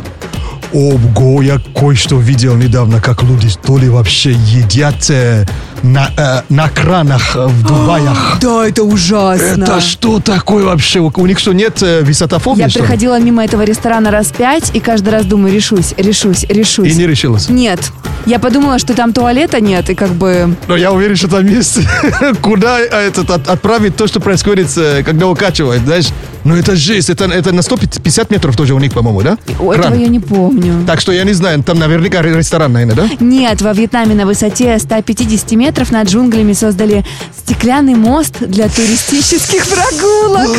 Ого, я кое-что видел недавно, как люди то ли вообще едят э, на, э, на кранах э, в Дубаях.
Да, это ужасно.
Это что такое вообще? У- У них что, нет э, высотофобии,
Я
что ли?
проходила мимо этого ресторана раз пять и каждый раз думаю, решусь, решусь, решусь.
И не решилась.
Нет. Я подумала, что там туалета нет, и как бы...
Но я уверен, что там есть, куда э, этот, от- отправить то, что происходит, э, когда укачивает, знаешь? Ну это жесть, это, это на 150 метров тоже у них, по-моему, да?
О, этого
Кран.
я не помню.
Так что я не знаю, там наверняка ре- ресторан, наверное, да?
Нет, во Вьетнаме на высоте 150 метров над джунглями создали стеклянный мост для туристических прогулок.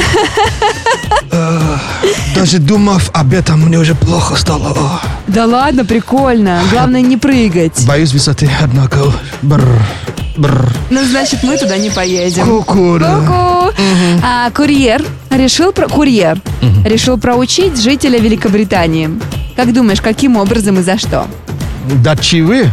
Даже думав об этом, мне уже плохо стало.
Да ладно, прикольно. Главное не прыгать.
Боюсь высоты, однако. Бррр. Бррр.
Ну, значит, мы туда не поедем.
Ку-ку, да.
Ку-ку. А, курьер решил про... Курьер решил проучить жителя Великобритании. Как думаешь, каким образом и за что?
Да чивы?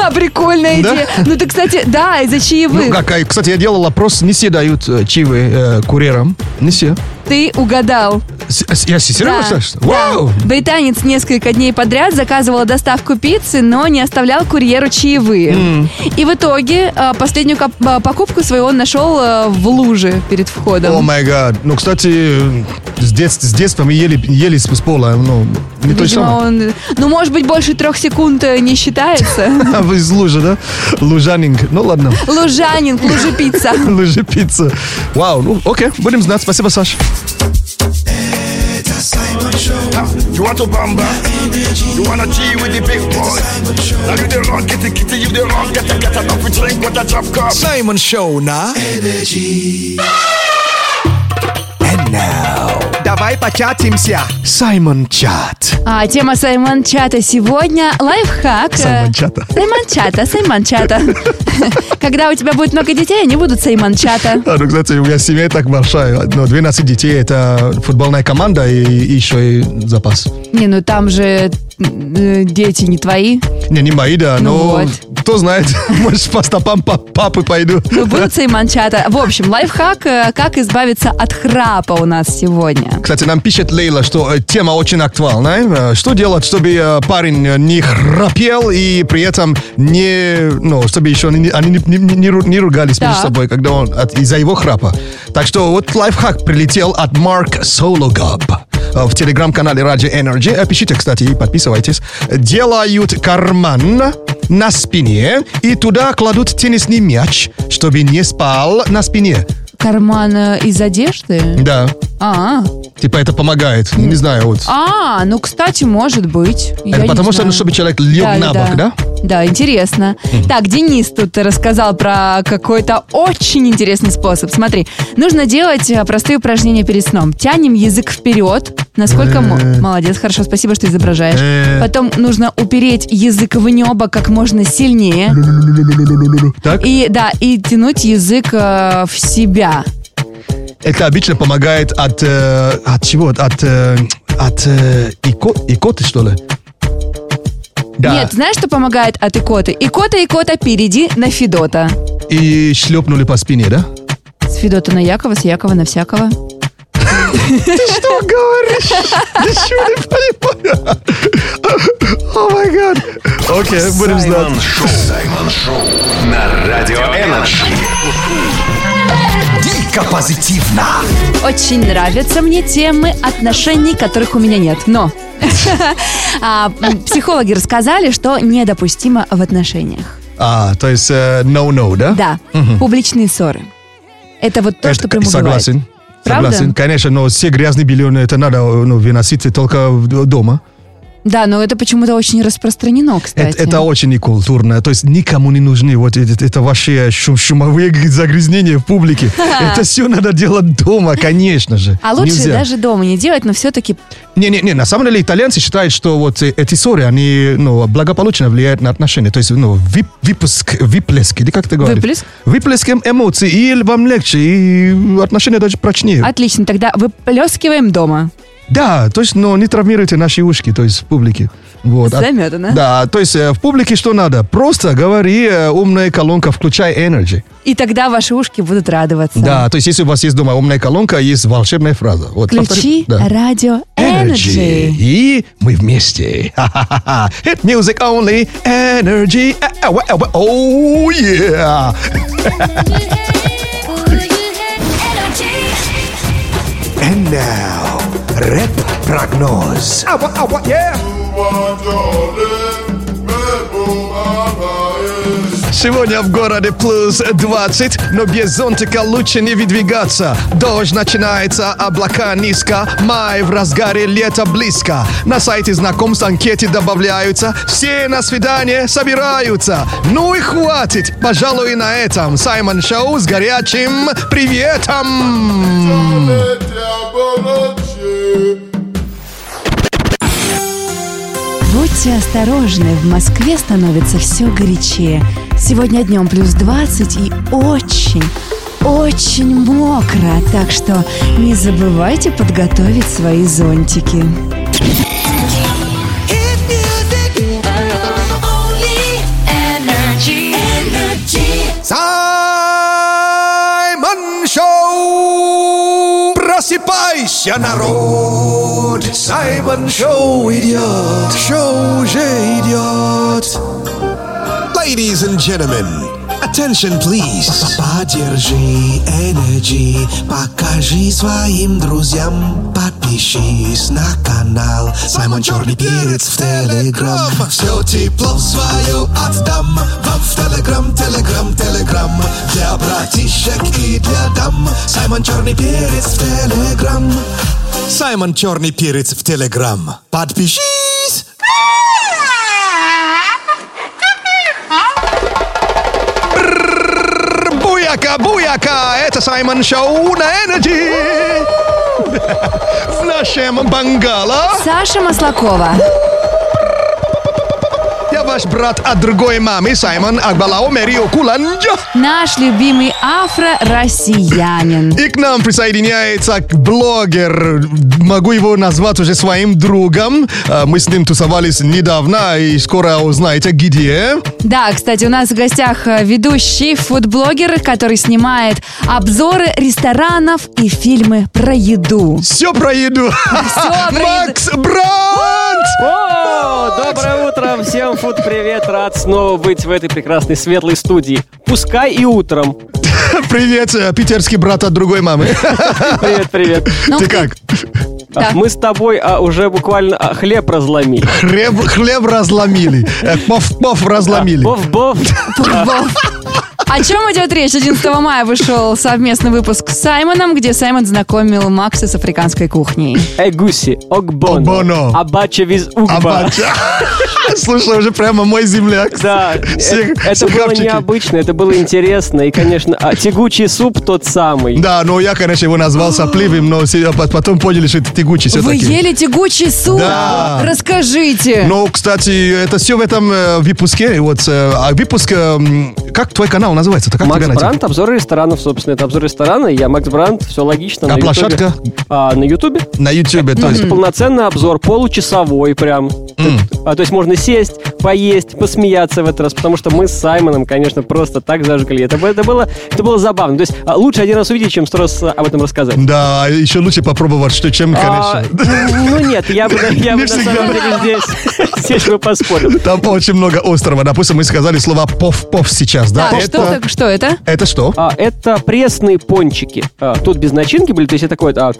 А, прикольная
Да?
идея. Ну, ты, кстати, да, из-за чаевых.
Ну, как, а, кстати, я делал опрос, не все дают э, чивы э, курьерам. Не все.
Ты угадал.
С- с- Я с- серьезно,
Да,
Саш? Вау!
да. Британец несколько дней подряд заказывал доставку пиццы, но не оставлял курьеру чаевые. И в итоге э, последнюю коп- э, покупку свою он нашел э, в луже перед
О
входом.
май гад. Ну, кстати, с, детс- с детства мы ели, ели с, с пола. Ну, не то же
Видимо,
самое.
он, ну, может быть, больше трех секунд э, не считается.
А вы из лужи, да? Лужанинг. Ну, ладно.
Лужанин, лужи пицца.
Лужи пицца. Вау, ну, окей, будем знать. Спасибо, Саш.
Это Саймон
Huh? You want to bamba? You wanna G with the big boy? Now you the wrong kitty kitty, you the wrong gata gata. Now we drink with a drop cup.
Саймон Шоу на
Давай початимся.
Саймон Чат.
А тема Саймон Чата сегодня лайфхак. э,
Саймон Чата.
Саймон Чата, Саймон Чата. Когда у тебя будет много детей, они будут Саймон Чата.
А, ну, кстати, у меня семья так большая. Но 12 детей – это футбольная команда и, и еще и запас.
Не, ну там же э, дети не твои.
Не, не мои, да,
Ну
но
вот.
кто знает, может, по стопам пап- папы пойду.
Ну, будут Саймон Чата. В общем, лайфхак, э, как избавиться от храпа у нас сегодня.
Кстати, нам пишет Лейла, что э, тема очень актуальна. Э, Что делать, чтобы э, парень э, не храпел и при этом не, ну, чтобы еще не- они не, не- не ру- не ругались между
Так.
собой, когда он от- из-за его храпа. Так что вот лайфхак прилетел от Марк Сологаб э, в телеграм-канале Radio Energy. Э, Пишите, кстати, и подписывайтесь. Делают карман на спине и туда кладут теннисный мяч, чтобы не спал на спине.
Карман э, из одежды?
Да.
А,
Типа это помогает. Не знаю, вот.
а, ну, кстати, может быть. Я
Это
не
потому что, ну,
знаю.
чтобы человек лег
Да,
на бок, да?
Да, интересно. Так, Денис тут рассказал про какой-то очень интересный способ. Смотри, нужно делать э, простые упражнения перед сном. Тянем язык вперед, насколько
Э.
мы... Молодец, хорошо, спасибо, что изображаешь. Потом нужно упереть язык в небо как можно сильнее.
Так?
И, да, и тянуть язык э, в себя.
Это обычно помогает от... э, от чего? От... э, от э, ико- икоты, что ли? Да.
Нет, знаешь, что помогает от икоты? Икота, икота, перейди на Федота.
И шлепнули по спине, да?
С Федота на Якова, с Якова на всякого.
Что говоришь? Ты что не понимаешь? О май гад. Окей, будем знать.
Саймон Шоу. Саймон Шоу на Радио Энерджи.
Дико позитивно.
Очень нравятся мне темы отношений, которых у меня нет. Но а, м, психологи рассказали, что недопустимо в отношениях.
А, то есть э, no-no, да?
Да, публичные ссоры. Это вот то,
Это-
что прям убивает.
Согласен.
Правда?
Согласен, конечно, но все грязные бельоны, это надо ну, выносить только в- дома.
Да, но это почему-то очень распространено, кстати.
Это, это очень некультурно. То есть никому не нужны вот это, это ваши э, шум- шумовые г- загрязнения в публике. Это все надо делать дома, конечно же.
А лучше
Нельзя.
даже дома не делать, но все-таки
Не-не-не, на самом деле итальянцы считают, что вот э, эти ссоры, они ну, благополучно влияют на отношения. То есть ну, вип- выпуск, выплеск, или как ты говоришь?
Выплеск.
Выплеском эмоций, и вам легче, и отношения даже прочнее.
отлично. Тогда выплескиваем дома.
Да, то есть, но не травмируйте наши ушки, то есть в публике. Вот. А-
Заметано.
Да, то есть э, в публике что надо? Просто говори, э, умная колонка, включай Energy.
И тогда ваши ушки будут радоваться.
Да, то есть если у вас есть дома умная колонка, есть волшебная фраза. Вот, повтори.
Включи
Да.
радио Energy.
И мы вместе. Ха-ха-ха. Hit music only, energy. Э, э, э, э, Oh, yeah.
And now, рэп-прогноз.
Сегодня в городе плюс 20, но без зонтика лучше не выдвигаться. Дождь начинается, облака низко, май в разгаре, лето близко. На сайте знакомств анкеты добавляются, все на свидание собираются. Ну и хватит, пожалуй, на этом. Саймон Шоу с горячим приветом.
Будьте осторожны, в Москве становится все горячее. Сегодня днем плюс 20 и очень, очень мокро, так что не забывайте подготовить свои зонтики.
Саймон Шоу! Просыпайся, народ! Саймон Шоу идет! Шоу уже идет! Ladies and gentlemen, attention please!
Поддержи Energy, покажи своим друзьям, подпишись на канал. Саймон Черный Перец в Телеграм. Все тепло свое отдам вам в Телеграм, Телеграм, Телеграм. Для братишек и для дам. Саймон Черный Перец в Телеграм.
Саймон Черный Перец в Телеграм. Подпишись!
Буяка, буяка, это Саймон Шоу на Энерджи. В нашем бангала
Саша Маслакова.
я ваш брат от другой мамы, Саймон Акбалао Мерио Куланджа.
Наш любимый афро-россиянин.
И к нам присоединяется блогер, могу его назвать уже своим другом. Э, Мы с ним тусовались недавно, и скоро узнаете, где.
Да, кстати, у нас в гостях э, ведущий фудблогер, который снимает обзоры ресторанов и фильмы про еду.
Все про еду.
про еду.
Макс Брант!
О, доброе утро, всем фуд привет, рад снова быть в этой прекрасной светлой студии. Пускай и утром.
Привет, э, питерский брат от другой мамы.
Привет, привет.
Ну,
Ты как?
Да.
Мы с тобой а, уже буквально а, хлеб разломили.
Хлеб, хлеб разломили. Э, Пов-пов разломили.
Бов-бов.
О чем идет речь? 11 мая вышел совместный выпуск с Саймоном, где Саймон знакомил Макса с африканской кухней.
Эгуси, огбоно,
Огбоно.
абача виз
А
угба.
батя- Слушай, уже прямо мой земляк.
Да,
Все-
э- это было
сухарчики.
необычно, это было интересно. И, конечно, а, тягучий суп тот самый.
Да, ну я, конечно, его
А.
назвал сопливым, но се- по- потом поняли, что это тягучий
Вы
все-таки.
ели тягучий суп?
Да.
Расскажите.
Ну, кстати, это все в этом э, выпуске. Вот э, а выпуск, э, м, как твой канал называется? Как
Макс
тебя найти?
Брандт, обзоры ресторанов, собственно, это обзор ресторана. Я Макс Брандт, все логично.
А
на Ютубе.
площадка?
А, на Ютубе.
На YouTube, то есть.
Полноценный обзор, получасовой прям. А, то есть можно сесть, поесть, посмеяться в этот раз, потому что мы с Саймоном, конечно, просто так зажгли. Это, бы- это, было, это было забавно. То есть а, лучше один раз увидеть, чем сто раз а, об этом рассказать.
Да, еще лучше попробовать, что чем,
А,
конечно.
ну нет, я бы, я бы
Не
на
всегда.
самом деле здесь, здесь бы поспорил.
Там очень много острова. Допустим, мы сказали слова пов-пов сейчас, да?
Так, что,
это,
так- что это?
это что?
А, это пресные пончики. А, тут без начинки были, то есть это такое а,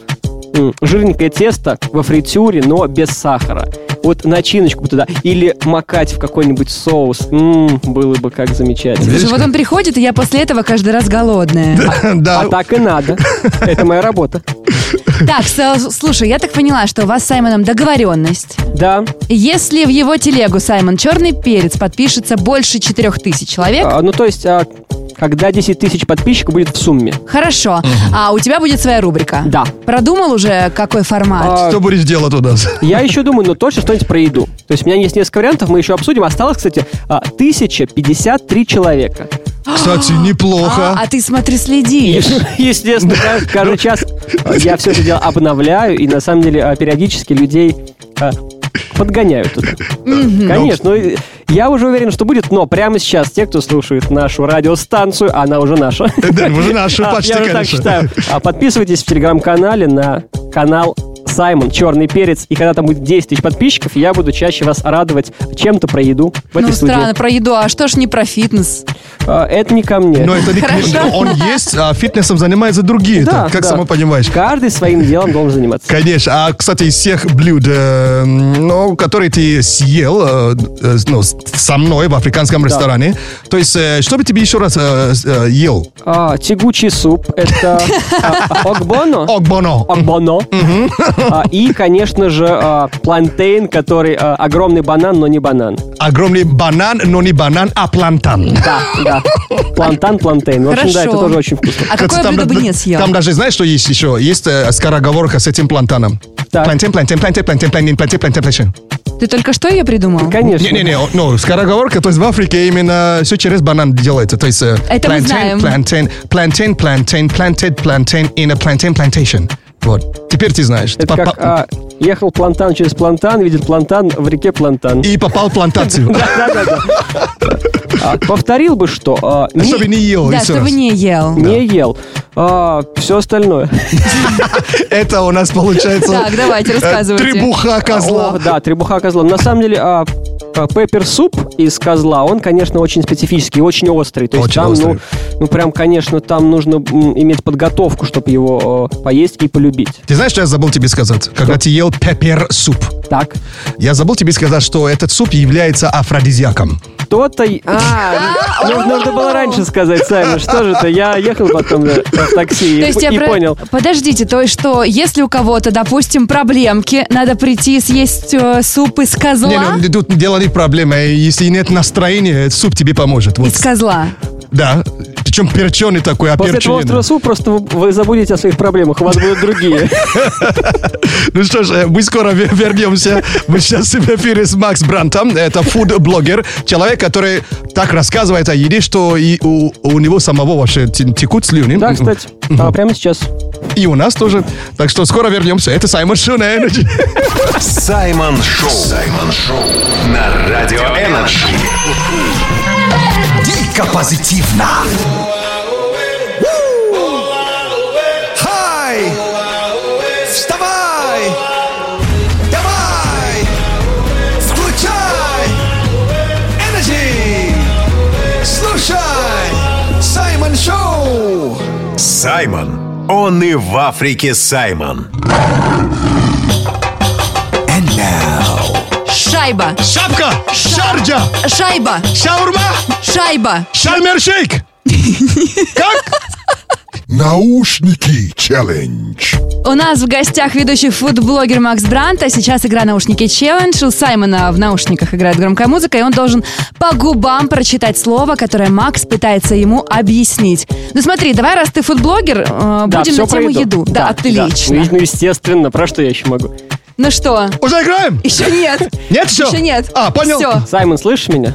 м, жирненькое тесто во фритюре, но без сахара. Вот начиночку бы туда. Или макать в какой-нибудь соус. М, было бы как замечательно.
Слушай, вот он приходит, и я после этого каждый раз голодная.
Да.
А так и надо. Это моя работа.
Так, с- слушай, я так поняла, что у вас с Саймоном договоренность.
Да.
Если в его телегу Саймон Черный Перец подпишется больше 4000 человек,
А, ну, то есть, а, когда 10 тысяч подписчиков будет в сумме.
хорошо, а у тебя будет своя рубрика.
Да.
Продумал уже, какой формат?
А,
Что будешь делать у нас?
Я еще думаю, но точно что-нибудь про еду. То есть у меня есть несколько вариантов, мы еще обсудим. Осталось, кстати, а, 1053 человека.
Кстати, неплохо.
А, а ты смотри, следи. Ну,
Естественно, да, каждый час э, я все это дело обновляю, и на самом деле э, периодически людей э, подгоняют туда. Конечно, ну, и я уже уверен, что будет, но прямо сейчас те, кто слушает нашу радиостанцию, она уже наша.
Да, уже наша
А,
почти,
Я уже так
конечно.
считаю. А, Подписывайтесь в телеграм-канале на канал Саймон, черный перец, и когда там будет 10 тысяч подписчиков, я буду чаще вас радовать чем-то про еду в этой
Ну,
студии.
странно, про еду, а что ж не про фитнес?
А, Это не ко мне.
Но это не к ним. Он есть, а фитнесом занимаются другие.
Да,
там, как
А, да.
сама понимаешь.
Каждый своим делом должен заниматься.
Конечно. А, кстати, из всех блюд, э, ну, которые ты съел э, э, ну, с- со мной в африканском ресторане, то есть, э, что бы тебе еще раз э, с- э, ел?
А, тягучий суп, это а, огбоно.
Огбоно.
Огбоно. А, И, конечно же, а, плантейн, который а, огромный банан, но не банан.
Огромный банан, но не банан, а плантан.
Да, да. Плантан, плантейн. В общем, да, это
Хорошо.
тоже очень вкусно.
А какое
Кстати, там
блюдо бы
да-
не съел?
Там даже, знаешь, что есть еще? Есть э, скороговорка с этим плантаном.
Так.
Плантин, плантин, плантин, плантин, плантин, плантин, плантин, плантин.
Ты только что ее придумал?
Конечно.
Не-не-не, о, ну, скороговорка, то есть в Африке именно все через банан делается. То есть э,
Это мы знаем.
plantain, plantain, plantain, planted, plantain in a plantain plantation. Вот. Теперь ты знаешь.
Это
Попа-
как а, ехал плантан через плантан, видит плантан в реке плантан.
И попал в плантацию.
Да-да-да. А, Повторил бы, что а, не-
Чтобы не ел.
Да,
еще
чтобы
раз.
не ел.
не ел. Все остальное.
Это у нас получается...
Так, давайте,
э,
рассказывайте.
Требуха козла.
О, да, требуха козла. На самом деле, а, а, пеппер-суп из козла, он, конечно, очень специфический, и очень острый. То есть
Очень
там,
острый.
Ну, ну, прям, конечно, там нужно м, иметь подготовку, чтобы его э, поесть и полюбить.
Ты знаешь, что я забыл тебе сказать? Когда ты ел пеппер-суп.
Так.
Я забыл тебе сказать, что этот суп является афродизиаком.
Что-то... А, ну, надо было раньше сказать, Саймон, что же это? Я ехал потом да, в такси
То
и
есть я
и
про-
понял.
Подождите, то есть что, если у кого-то, допустим, проблемки, надо прийти и съесть э, суп из козла?
Не, ну, тут дело не проблема. Если нет настроения, суп тебе поможет. Вот.
Из козла.
Да. Причем перченый такой,
После
оперченый.
этого острого супа просто вы- вы забудете о своих проблемах, у вас будут другие.
Ну что ж, э, мы скоро ве- вернемся. Мы сейчас в эфире с Макс Брантом. Это фуд-блогер. Человек, который так рассказывает о еде, что и у, у него самого вообще те- текут слюни.
Да, кстати. А прямо сейчас.
И у нас тоже. Так что скоро вернемся. Это Саймон Шоу на Energy.
Саймон Шоу. Саймон Шоу. На Радио Энерджи.
Дико позитивно.
Хай! Вставай! Давай! Включай! Энерджи! Слушай! Саймон Шоу!
Саймон. Он и в Африке Саймон.
Шайба.
Шапка. Шарджа.
Шайба.
Шаурма.
Шайба.
Шальмершейк. Как?
Наушники челлендж.
У нас в гостях ведущий фудблогер Макс Брант, а сейчас игра «Наушники Челлендж». У Саймона в наушниках играет громкая музыка, и он должен по губам прочитать слово, которое Макс пытается ему объяснить. Ну смотри, давай, раз ты фудблогер, э,
Да,
будем
всё
на
про
тему еду. Да, отлично.
Ну, естественно, про что я еще могу?
Ну что?
Уже играем?
Еще нет.
Нет еще?
Еще нет.
А, понял.
Все.
Саймон, слышишь меня?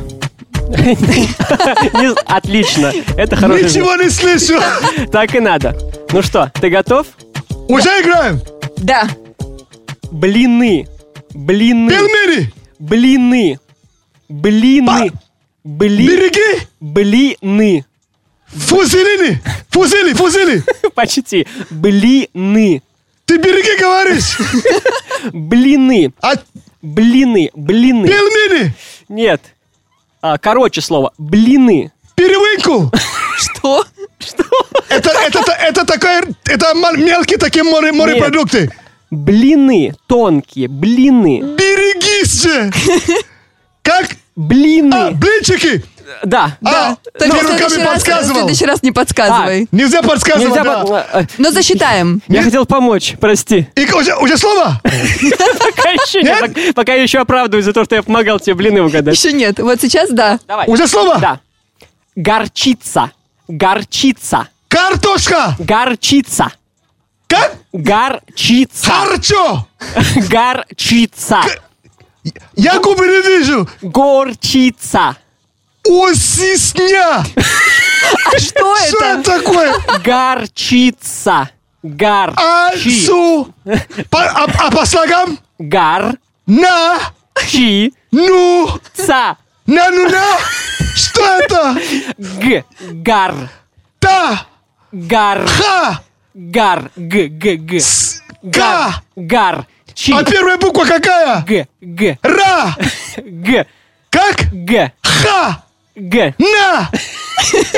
Не- Отлично. Это хороший
Ничего
знак.
не слышу.
Так и надо. Ну что, ты готов?
Уже играем?
Да.
Блины. Блины.
Пельмени.
Блины. Блины. Бли...
Береги.
Блины.
Фузелины. Фузели, фузели.
Почти. Блины.
Ты береги говоришь. А
Блины. Блины. Блины.
Пельмени.
Нет. А, короче слово. Блины.
Перевыкул.
Что?
Это, это, это, это такая, это мал- мелкие такие море, морепродукты.
Блины. Тонкие. Блины.
Берегись же. Как?
Блины.
А, блинчики.
Да.
Да. ты
Так в следующий
Ну, руками
раз-
подсказывал. А.
в следующий раз не подсказывай.
Нельзя подсказывать,
Нельзя
да.
по- э, э,
Но засчитаем.
Я хотел помочь, прости.
И уже, уже слово?
Пока еще нет, пок- пока я еще оправдываюсь за то, что я помогал тебе блины угадать.
Еще нет. Вот сейчас да.
Давай.
Уже слово?
Да. Горчица. Горчица.
Картошка.
Горчица.
Как?
Горчица.
Харчо.
Горчица.
Я губы не вижу.
Горчица.
Осисня.
А что
Что это
это?
такое?
Горчица. Гар.
А,
Чи.
су. По- а, а по слогам?
Гар.
На.
Чи.
Ну.
Ца.
На, ну, на. Что это?
Г. Гар.
Та.
Гар.
Ха.
Гар. Г. Г. Г.
Ка.
Гар. Чи.
А первая буква какая?
Г. Г.
Ра.
Г.
Как?
Г.
Ха.
Г.
На.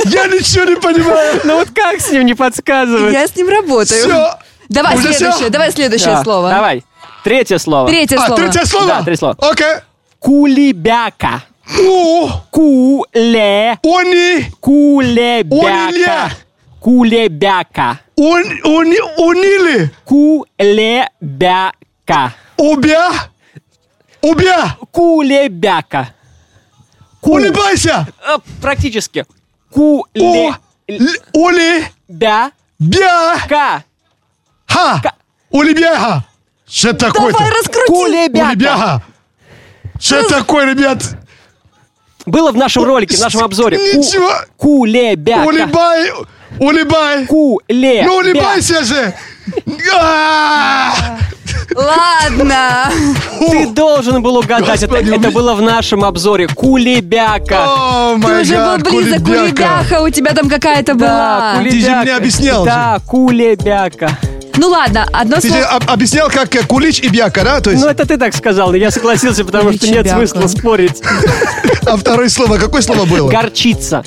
Я ничего не понимаю.
Ну вот как с ним не подсказывать?
Я с ним работаю.
Все.
Давай
Уже всё?
следующее, давай следующее
Да,
слово.
Давай. Третье слово.
Третье
А,
слово.
третье слово?
Да, три слова.
Окей.
Кулебяка.
У.
Куле.
Они. Кулебяка.
Кулебяка. Кулебяка.
Он, они, унили.
Кулебяка.
Убя. Убя.
Кулебяка. Ку-
Улыбайся.
Э, Практически.
У. Ули.
Кулебяка.
Бя. Ха. Улибяха. Что такое?
Давай раскрути.
Кулебяка.
Улибяха. Что такое, ребят?
Было в нашем ролике, в нашем обзоре. Ку-
Ничего.
Кулебяка.
Улибай. Улибай.
Кулебяка.
Ну, улыбайся же. А!
Ладно.
Ты должен был угадать. Это,
Господи, у
это
меня-
было в нашем обзоре. Кулебяка.
О,
Ты
май
уже был
гад,
близок,
кулебяка.
кулебяха у тебя там какая-то была.
куле- Ты же мне объяснял же.
Да, кулебяка.
Ну ладно, одно
Ты же
слово.
об- объяснял, как э, кулич и бяка, да? То есть,
Ну, это ты так сказал, но я согласился, потому что нет
Куличебяка.
смысла спорить.
а второе слово, какое слово было?
Горчица.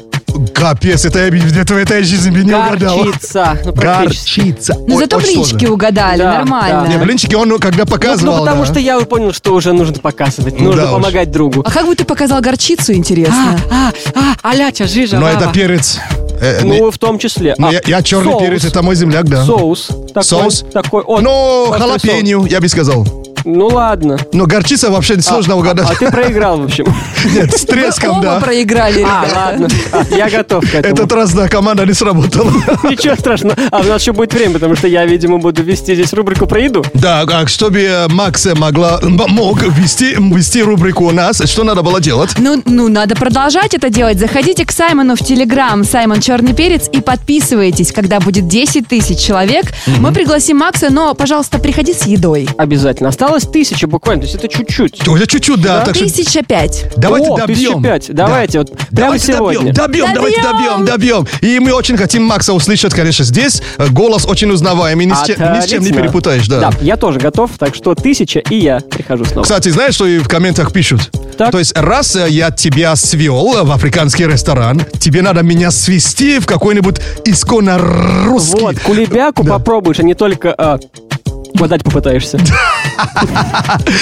Капец, это я в этой жизни не угадал.
Горчица. Ну, практически.
Горчица.
Ну
Ой,
зато
очень
блинчики
сложно.
угадали,
Да,
нормально.
да.
Не, блинчики он ну, когда
Ну,
показывал.
ну, потому
да.
что я понял, что уже нужно показывать,
Ну,
нужно
да уж.
помогать другу.
А как бы ты показал горчицу, интересно?
А, а, аляча, жижа,
Но
баба.
Ну, это перец. Э, не-
Ну, в том числе.
ну,
А,
я, я черный
соус.
перец, это мой земляк, да.
Соус. Такой,
Соус?
Такой, он,
Ну,
острый
халапеньо, я бы сказал.
соус. Ну, ладно.
Но горчица вообще сложно угадать.
А ты проиграл, в общем.
Нет, А, с треском,
Оба
да.
проиграли,
А,
ребята.
ладно. А, Я готов к этому.
Этот раз, да, команда не сработала.
Ничего страшного. А у нас еще будет время, потому что я, видимо, буду вести здесь рубрику про еду.
Да, а чтобы э, Макс э, могла, м, мог вести, вести рубрику у нас, что надо было делать?
Ну, ну, надо продолжать это делать. Заходите к Саймону в Телеграм, Саймон Черный Перец, и подписывайтесь. Когда будет 10 тысяч человек, мы пригласим Макса, но, пожалуйста, приходи с едой.
Обязательно. Осталось тысяча буквально, то есть это чуть-чуть.
Уже чуть-чуть, да. Так что
Тысяча пять.
давайте
О,
добьем.
1005. Давайте, вот прямо
Давайте
сегодня.
добьем, добьем, давайте добьем, добьем. И мы очень хотим Макса услышать, конечно, здесь. Э, Голос очень узнаваемый, ни с чем, ни с чем не
Отлично.
перепутаешь, да.
Да, я тоже готов, так что тысяча, и я прихожу снова.
Кстати, знаешь, что и в комментах пишут?
Так.
То есть, раз э, я тебя свел в африканский ресторан, тебе надо меня свести в какой-нибудь исконно русский.
Вот, кулебяку попробуешь, а не только а, подать попытаешься.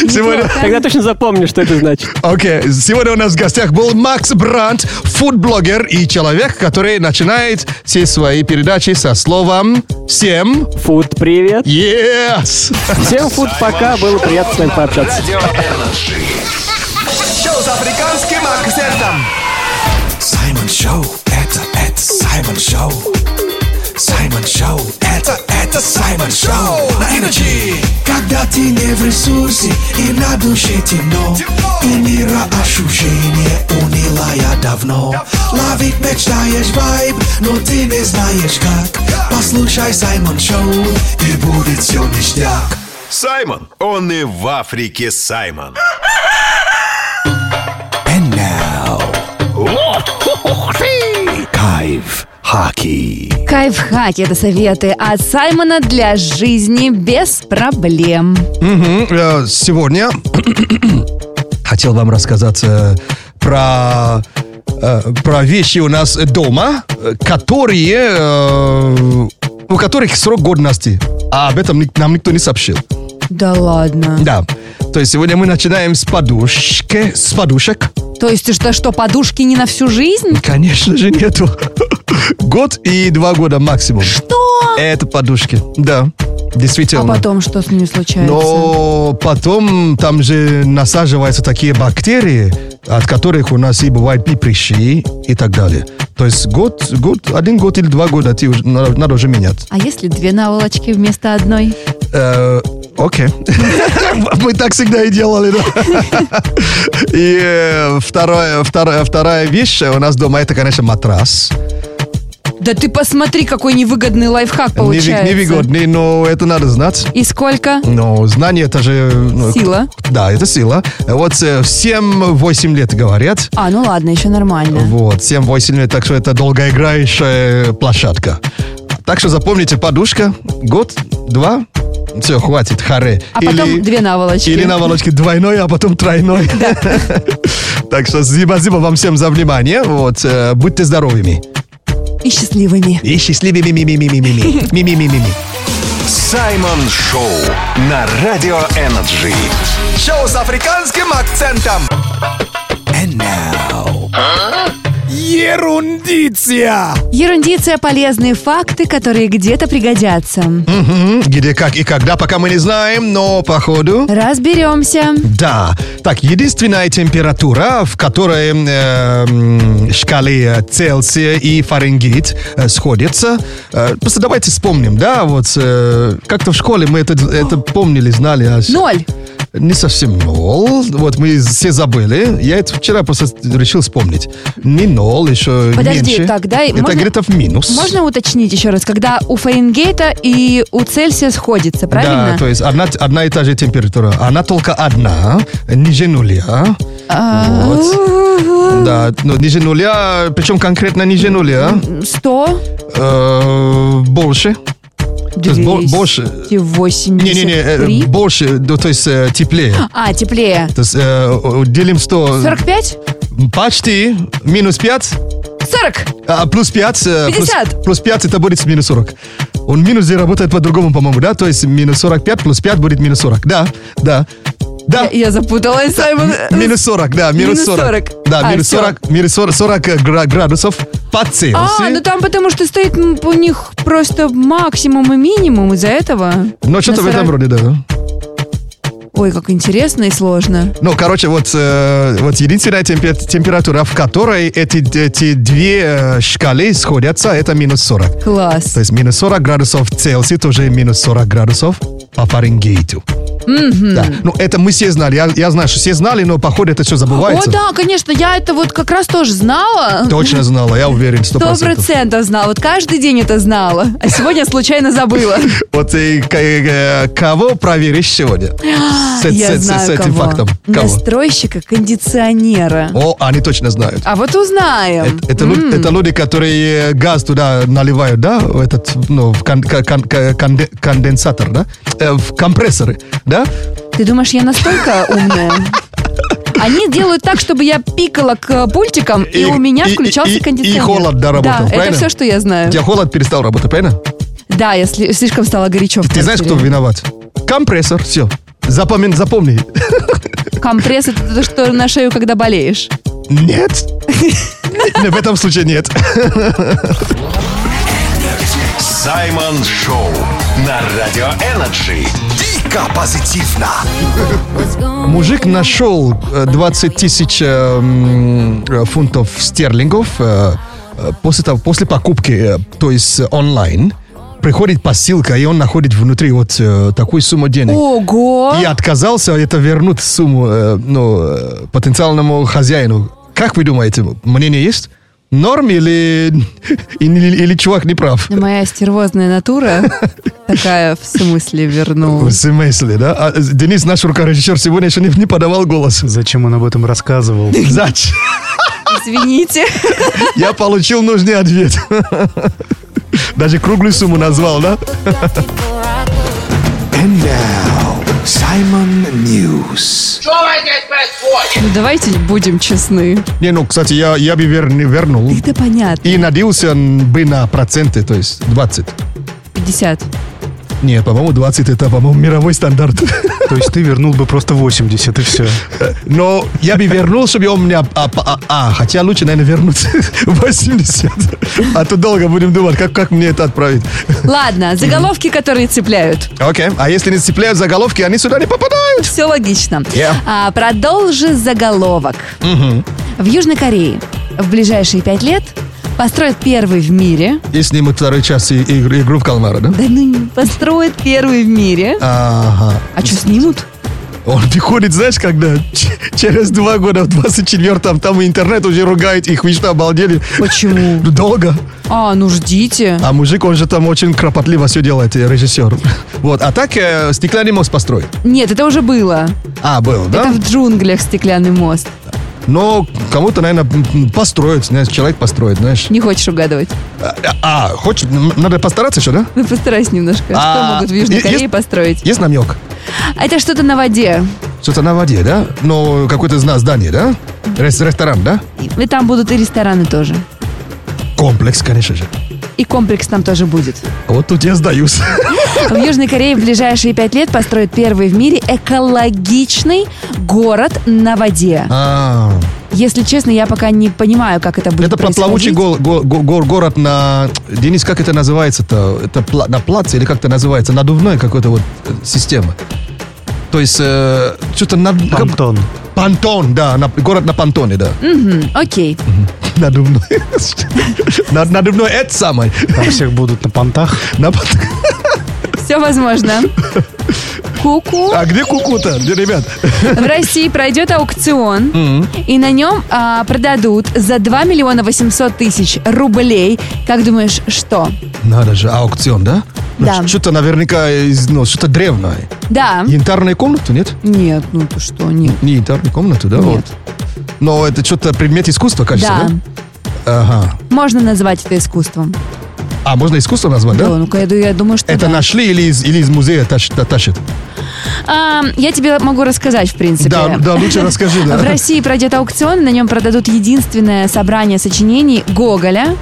Сегодня...
Тогда точно запомнишь, что это значит.
Окей, сегодня у нас в гостях был Макс Брандт, фудблогер и человек, который начинает все свои передачи со словом «Всем
Фуд, привет.
yes!»
Всем фуд, пока. Было приятно с вами пообщаться.
Шоу с африканским акцентом.
Саймон Шоу, это, это Саймон Шоу. Саймон Шоу, это, это Саймон Шоу. На Energy. Когда ты не в ресурсе и на душе темно, и мира ощущение унила я давно. Ловить мечтаешь вайб, но ты не знаешь как. Послушай Саймон Шоу, и будет все ништяк.
Саймон. Он и в Африке Саймон.
And now. Кайф Хаки.
Кайфхаки – это советы от Саймона для жизни без проблем.
Мгм, э, Сегодня хотел вам рассказать э, про э, про вещи у нас дома, э, которые э, у которых срок годности, а об этом ни- нам никто не сообщил.
Да ладно.
Да. То есть сегодня мы начинаем с подушки, с подушек.
То есть, что, что, подушки не на всю жизнь?
Конечно же нету. Год и два года максимум.
Что?
Это подушки. Да, действительно.
А потом что с ними случается?
Но потом там же насаживаются такие бактерии, от которых у нас и бывают и прыщи, и так далее. То есть год, год, один год или два года ты уже- надо, надо уже менять.
А если две наволочки вместо одной?
Э, Окей. Мы так всегда и делали, да. И э, второе- вторая вторая вещь у нас дома, это, конечно, матрас.
Да ты посмотри, какой невыгодный лайфхак
Невы-
получается.
Невыгодный, но это надо знать.
И сколько?
Но знание это же... ну,
Сила.
кто- Да, это сила. Вот э, всем 8 лет говорят.
А, ну ладно, еще нормально.
Вот, 7-8 лет, так что это долгоиграющая площадка. Так что запомните, подушка, год, два, все, хватит, харе.
А потом две наволочки.
Или наволочки двойной, а потом тройной. Так что спасибо вам всем за внимание. Вот, э, будьте здоровыми.
И счастливыми.
И счастливыми ми ми ми ми ми ми ми ми ми ми ми
Саймон Шоу на Радио Энерджи.
Шоу с африканским акцентом. And now. Ерундиция.
Ерундиция – полезные факты, которые где-то пригодятся.
Мгм. Где, как и когда, пока мы не знаем, но походу...
Разберемся.
Да. Так, единственная температура, в которой э, м, шкалы э, Цельсия и Фаренгейт э, сходятся. э, просто давайте вспомним, да, вот э, как-то в школе мы это, это помнили, знали. а щ-
Ноль.
Не совсем нол. Вот мы все забыли. Я это вчера просто решил вспомнить. Не нол, еще
Подожди,
меньше.
так, да, и
Это
можно-
где-то в минус.
Можно уточнить еще раз, когда у Фаренгейта и у Цельсия сходится, правильно?
Да, то есть одна, одна и та же температура. Она только одна, ниже нуля.
А,
Да, но ниже нуля, причем конкретно ниже нуля,
Сто,
э, больше. То есть бо- больше.
двести восемьдесят
Не-не-не,
три.
э, больше, ну, то есть э, теплее.
А, теплее.
То есть э, делим 100
45?
почти, минус 5,
40.
А, плюс 5.
50.
Плюс, плюс 5 это будет минус 40. Он минус здесь работает по-другому, по-моему, да? То есть минус 45 плюс 5 будет минус 40. Да, да. Да.
Я, запуталась, Саймон.
М- Минус 40, да, минус
Э, Минус
40.
40.
Да,
А,
минус
всё.
40, минус 40, 40 гра- градусов по Цельсию.
А, ну там потому что стоит м, у них просто максимум и минимум из-за этого.
Но Ну, что-то
На
а в этом
40.
роде, да. да.
Ой, как интересно и сложно.
Ну, короче, вот, э, вот единственная темпе- температура, в которой эти, эти две э, шкалы сходятся, это минус 40.
Класс.
То есть минус 40 градусов Цельсия, тоже минус 40 градусов по Фаренгейту.
Мгм.
Да. Ну, это мы все знали. Я, я знаю, что все знали, но, походу, это все забывается.
О, да, конечно, я это вот как раз тоже знала.
Точно знала, я уверен, сто
Сто
процентов.
процентов знала. Вот каждый день это знала. А сегодня случайно забыла.
Вот и к- э, кого проверишь сегодня? С, э-
Я
с- э- с
знаю
этим
кого.
фактом. Кого?
Настройщика кондиционера.
О, они точно знают.
А вот узнаем.
Это, лю-
М.
это люди, которые э, газ туда наливают, да, в этот, ну, в кон- кон- кон- конде- конденсатор, да, Э, в компрессоры, да?
Ты думаешь, я настолько умная? Они делают так, чтобы я пикала к э, пультикам, и,
И-
у меня
и-
включался
и- и-
кондиционер.
и холод доработал,
Да, это
правильно?
все, что я знаю.
У тебя холод перестал работать, правильно?
Да, я сли- слишком стала горячо. в
Ты знаешь, кто
квартире.
виноват? Компрессор, все. Запомни, запомни.
Компресс — это то, что на шею, когда болеешь.
Нет. В этом случае нет.
Саймон Шоу на Радио Энерджи. Дико позитивно.
Мужик нашел э, 20 тысяч э, м, э, фунтов стерлингов э, э, после, того, после покупки, э, то есть э, онлайн. Приходит посылка, и он находит внутри вот э, такую сумму денег.
Ого!
И отказался это вернуть сумму э, ну, э, потенциальному хозяину. Как вы думаете, мнение есть? Норм или, или, или чувак не прав?
Моя стервозная натура такая в смысле вернула.
В смысле, да? А, э, Денис, наш рукорежиссер, сегодня еще не, не подавал голос.
Зачем он об этом рассказывал?
Зачем?
Извините.
Я получил нужный ответ. Даже круглую сумму назвал, да?
And now, Simon News.
Ну, давайте будем честны.
Не, ну, кстати, я, я бы вер- не вернул.
Это понятно.
И надеялся бы на проценты, то есть 20.
50.
Нет, по-моему, 20 это, по-моему, мировой стандарт.
То есть ты вернул бы просто 80 и все.
Но я бы вернул, чтобы он меня... А, а- а, хотя лучше, наверное, вернуть 80. А то долго будем думать, как, как мне это отправить.
Ладно, заголовки, которые цепляют.
Окей, а если не цепляют заголовки, они сюда не попадают.
Все логично.
Yeah.
А, продолжи заголовок. В Южной Корее в ближайшие пять лет построят первый в мире.
И снимут второй час и- и- игру в кальмара, да?
Да ну не- построят первый в мире.
Ага.
А что снимут?
Он приходит, знаешь, когда ч- через два года, в 24-м, там интернет уже ругает их, вы что, обалдели?
Почему?
Долго.
А, ну ждите.
А мужик, он же там очень кропотливо все делает, э, режиссер. Вот, а так э, стеклянный мост построить.
Нет, это уже было.
А, был, да?
Это в джунглях стеклянный мост.
Но кому-то, наверное, построит, знаешь, человек построит, знаешь.
Не хочешь угадывать?
А, а, хочешь, м, надо постараться еще, да?
Ну, постарайся немножко.
А,
Что могут в Южной
е-
Корее
есть-
построить? А
Есть намек?
Это что-то на воде.
Что-то на воде, да? Но какое-то зна- здание, да? Рес- ресторан, да?
И и там будут и рестораны тоже.
Комплекс, конечно же. А
И комплекс там тоже будет.
Вот тут я сдаюсь.
В Южной Корее в ближайшие пять лет построят первый в мире экологичный город на воде.
А.
Если честно, я пока не понимаю, как это будет
Это про плавучий
происходить.
гол- го- го- гор- город на... Денис, как это называется-то? Это пла- на плаце или как это называется? Надувной какой-то вот э, система. То есть, э, что-то на... как-
Антон,
Понтон, да. на- город на понтоне, да.
Мгм, окей.
Надувной. На- Надувной это самое.
там всех будут на понтах.
На пон-
Все возможно. Куку.
А где куку-то, Где, ребят?
В России пройдет аукцион, и на нем а, продадут за 2 миллиона 800 тысяч рублей. Как думаешь, что?
Надо же, аукцион, да? Ну,
Да.
Что-то наверняка, из- ну, что-то древное.
Да.
Янтарную комнату, нет?
Нет, ну ты что, нет.
Не янтарную комнату, да?
Нет.
Вот. Но это что-то предмет искусства,
Да,
кажется, да? Ага.
можно назвать это искусством.
А, можно искусство назвать, да?
Да, ну-ка, я, ду- я думаю, что
Это
да.
нашли или из, или из музея тащ- та- тащит?
А, я тебе могу рассказать, в принципе.
Да, да, лучше расскажи, да.
В России пройдет аукцион, на нем продадут единственное собрание сочинений Гоголя.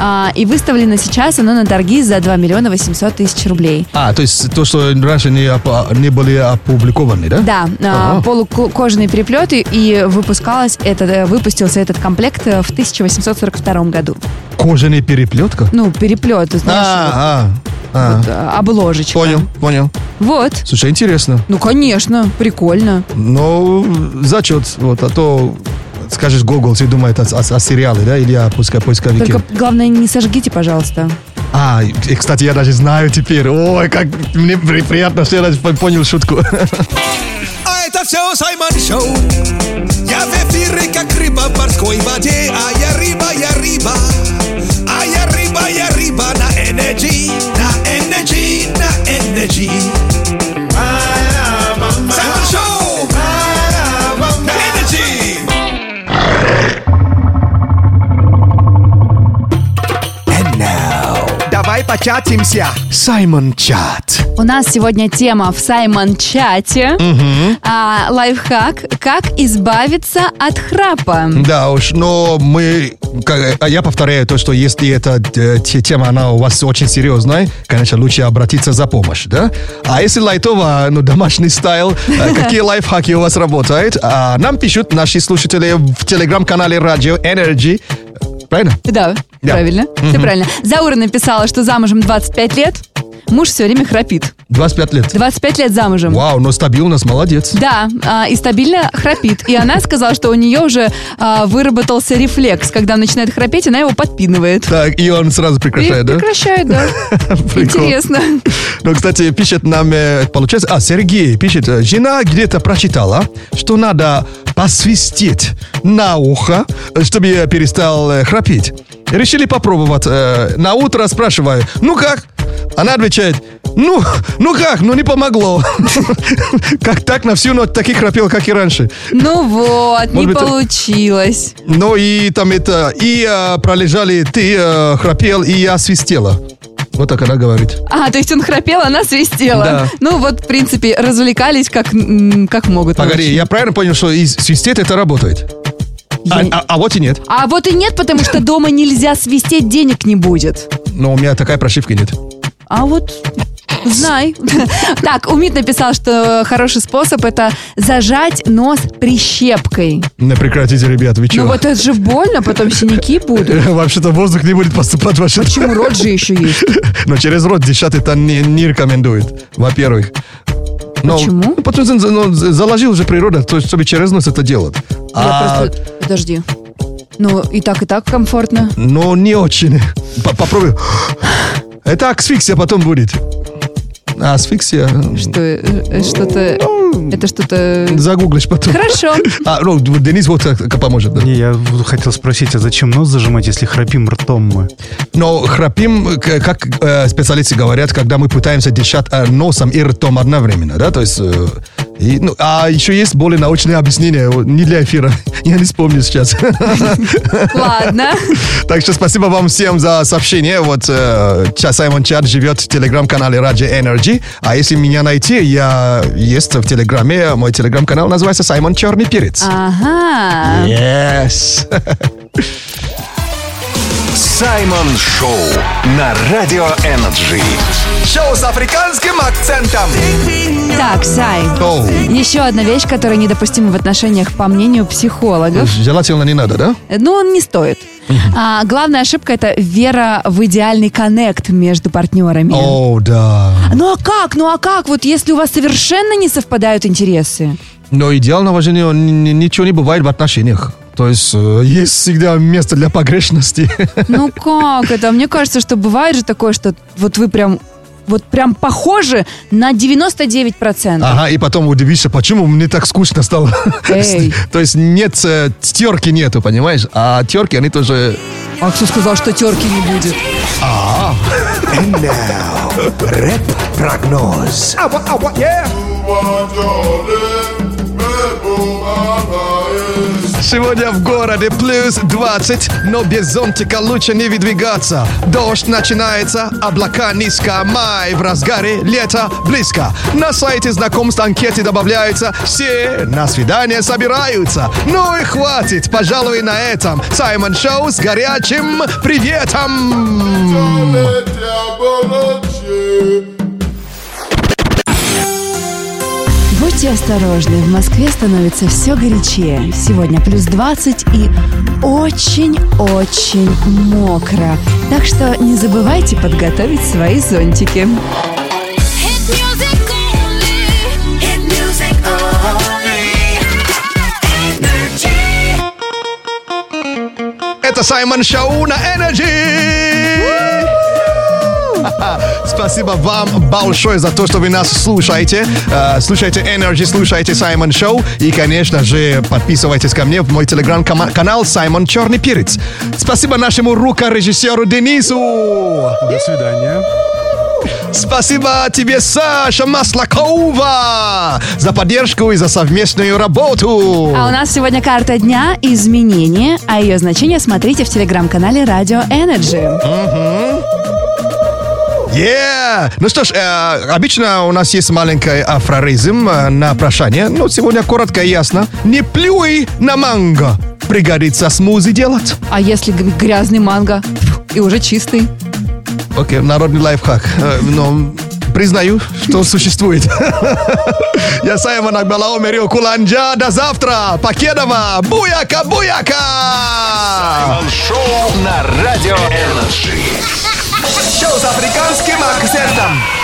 А, и выставлено сейчас оно на торги за 2 миллиона 800 тысяч рублей.
А, то есть то, что раньше не, опа- не были опубликованы, да?
Да, а,
Ага.
полукожные переплеты, и выпускалось это, выпустился этот комплект э, в 1842 году.
Кожаный переплетка?
Ну, переплет, знаешь,
А, а, а.
э, обложечка.
Понял, понял.
Вот.
Слушай, интересно.
Ну, конечно, прикольно.
Ну, зачет, вот, а то скажешь Google, все думает о, о- о сериале, да, или о пуска- поисковике.
Только главное, не сожгите, пожалуйста.
А, и, кстати, я даже знаю теперь. Ой, как мне при- приятно, что я даже пон- понял шутку.
А это все Саймон Шоу. Я в эфире, как рыба в морской воде. А я рыба, я рыба. А я рыба, я рыба на энергии, на энергии, на энергии. Саймон Шоу. На энергии.
Давай початимся. Саймон Чат.
У нас сегодня тема в Саймон-чате. А, лайфхак. Как избавиться от храпа.
Да уж, но мы, как- а я повторяю то, что если эта э, те- тема, она у вас очень серьезная, конечно, лучше обратиться за помощь, да? А если лайтово, ну, домашний стайл, э, какие лайфхаки у вас работают? А нам пишут наши слушатели в телеграм-канале Радио Energy. Правильно?
Да,
Да.
правильно. Все
Мгм.
правильно. Заура написала, что замужем 25 лет. Муж все время храпит.
25 лет.
25 лет замужем.
Вау, но стабильность, молодец.
Да, а, и стабильно храпит. И она сказала, что у нее уже а, выработался рефлекс. Когда он начинает храпеть, она его подпинывает.
Так, и он сразу прекращает,
И
да?
прекращает, да.
Прикол.
Интересно.
Ну, кстати, пишет нам, э, получается, а, Сергей пишет, э, жена где-то прочитала, что надо посвистеть на ухо, э, чтобы я перестал э, храпеть. Решили попробовать. Э, На утро спрашиваю, ну как? Она отвечает, ну, ну как, ну не помогло. Как так на всю ночь таких храпел, как и раньше.
Ну вот, не
Может быть, а это-
получилось.
Ну и там это, и э, пролежали, ты э, храпел, и я свистела. Вот так она говорит.
А, то есть он храпел, она свистела.
Да.
Ну вот, в принципе, развлекались как, м, как могут.
Погоди,
вообще.
я правильно понял, что и свистеть это работает? А, а- а вот и нет.
А вот и нет, потому что дома нельзя свистеть, денег не будет.
Но у меня такая прошивка нет.
А вот знай. Так, Умит написал, что хороший способ это зажать нос прищепкой.
Не прекратите, ребят, вы чё?
Ну вот это же больно, потом синяки будут.
Вообще-то воздух не будет поступать в ваше...
Почему рот же еще есть?
Но через рот дышать это не, не рекомендует, во-первых. Почему? Потому что ну, з- заложил же природа, то, чтобы через нос это делать.
Я
А,
просто... Подожди. Ну, и так, и так комфортно.
Но не очень. П- Попробуй. Это асфиксия потом будет. Асфиксия.
Что, э, э, что-то... Это что-то...
Загуглишь потом.
Хорошо.
А, ну, Денис вот как поможет. да.
Не, я в- хотел спросить, а зачем нос зажимать, если храпим ртом мы?
Но храпим, к- как э, специалисты говорят, когда мы пытаемся дышать э, носом и ртом одновременно, да, то есть... э, и, ну, а еще есть более научное объяснение, вот, не для эфира, я не вспомню сейчас.
Ладно.
Так что спасибо вам всем за сообщение. Вот э, Ча- Саймон Чат живет в телеграм-канале Radio Energy. А если меня найти, я есть в телеграме. Мой телеграм-канал называется Саймон Черный Перец.
Ага.
Yes.
Саймон Шоу на Радио Энерджи.
Шоу с африканским акцентом.
Так, Сай.
Оу.
Еще одна вещь, которая недопустима в отношениях, по мнению психологов.
Желательно не надо, да?
Ну, он не стоит. А, главная ошибка это вера в идеальный коннект между партнерами.
О, да.
Ну а как? Ну а как? Вот если у вас совершенно не совпадают интересы.
Но идеального же ни- ни- ничего не бывает в отношениях. То есть э, есть всегда место для погрешности.
Ну как это? Мне кажется, что бывает же такое, что вот вы прям вот прям похожи на 99%.
Ага, и потом удивишься, почему мне так скучно стало.
Эй.
То есть нет, э, терки нету, понимаешь? А терки, они тоже...
А кто сказал, что терки не будет?
А,
And now, рэп-прогноз.
What I do,
Сегодня в городе плюс 20, но без зонтика лучше не выдвигаться. Дождь начинается, облака низко, май в разгаре, лето близко. На сайте знакомств анкеты добавляются, все на свидание собираются. Ну и хватит, пожалуй, на этом. Саймон Шоу с горячим приветом!
Будьте осторожны, в Москве становится все горячее. Сегодня плюс 20 и очень-очень мокро. Так что не забывайте подготовить свои зонтики.
Это Саймон Шоу на Energy! Спасибо вам большое за то, что вы нас слушаете. Э, Слушайте Energy, слушайте Саймон Шоу. И, конечно же, подписывайтесь ко мне в мой телеграм-канал Саймон Черный Перец. Спасибо нашему рукорежиссеру Денису. До свидания. Спасибо тебе, Саша Маслакова, за поддержку и за совместную работу.
А у нас сегодня карта дня «Изменения», а ее значение смотрите в телеграм-канале «Радио Energy.
Yeah! Ну что ж, э, обычно у нас есть маленький афроризм э, на прощание, но сегодня коротко и ясно. Не плюй на манго! Пригодится смузи делать.
А если г- грязный манго и уже чистый?
Окей, народный лайфхак. Э, Но признаю, что существует. Я Саймон Акбалао, Мерио Куланджа. До завтра! Покедова! Буяка, буяка!
Шоу на радио Energy.
Шоу с африканским акцентом.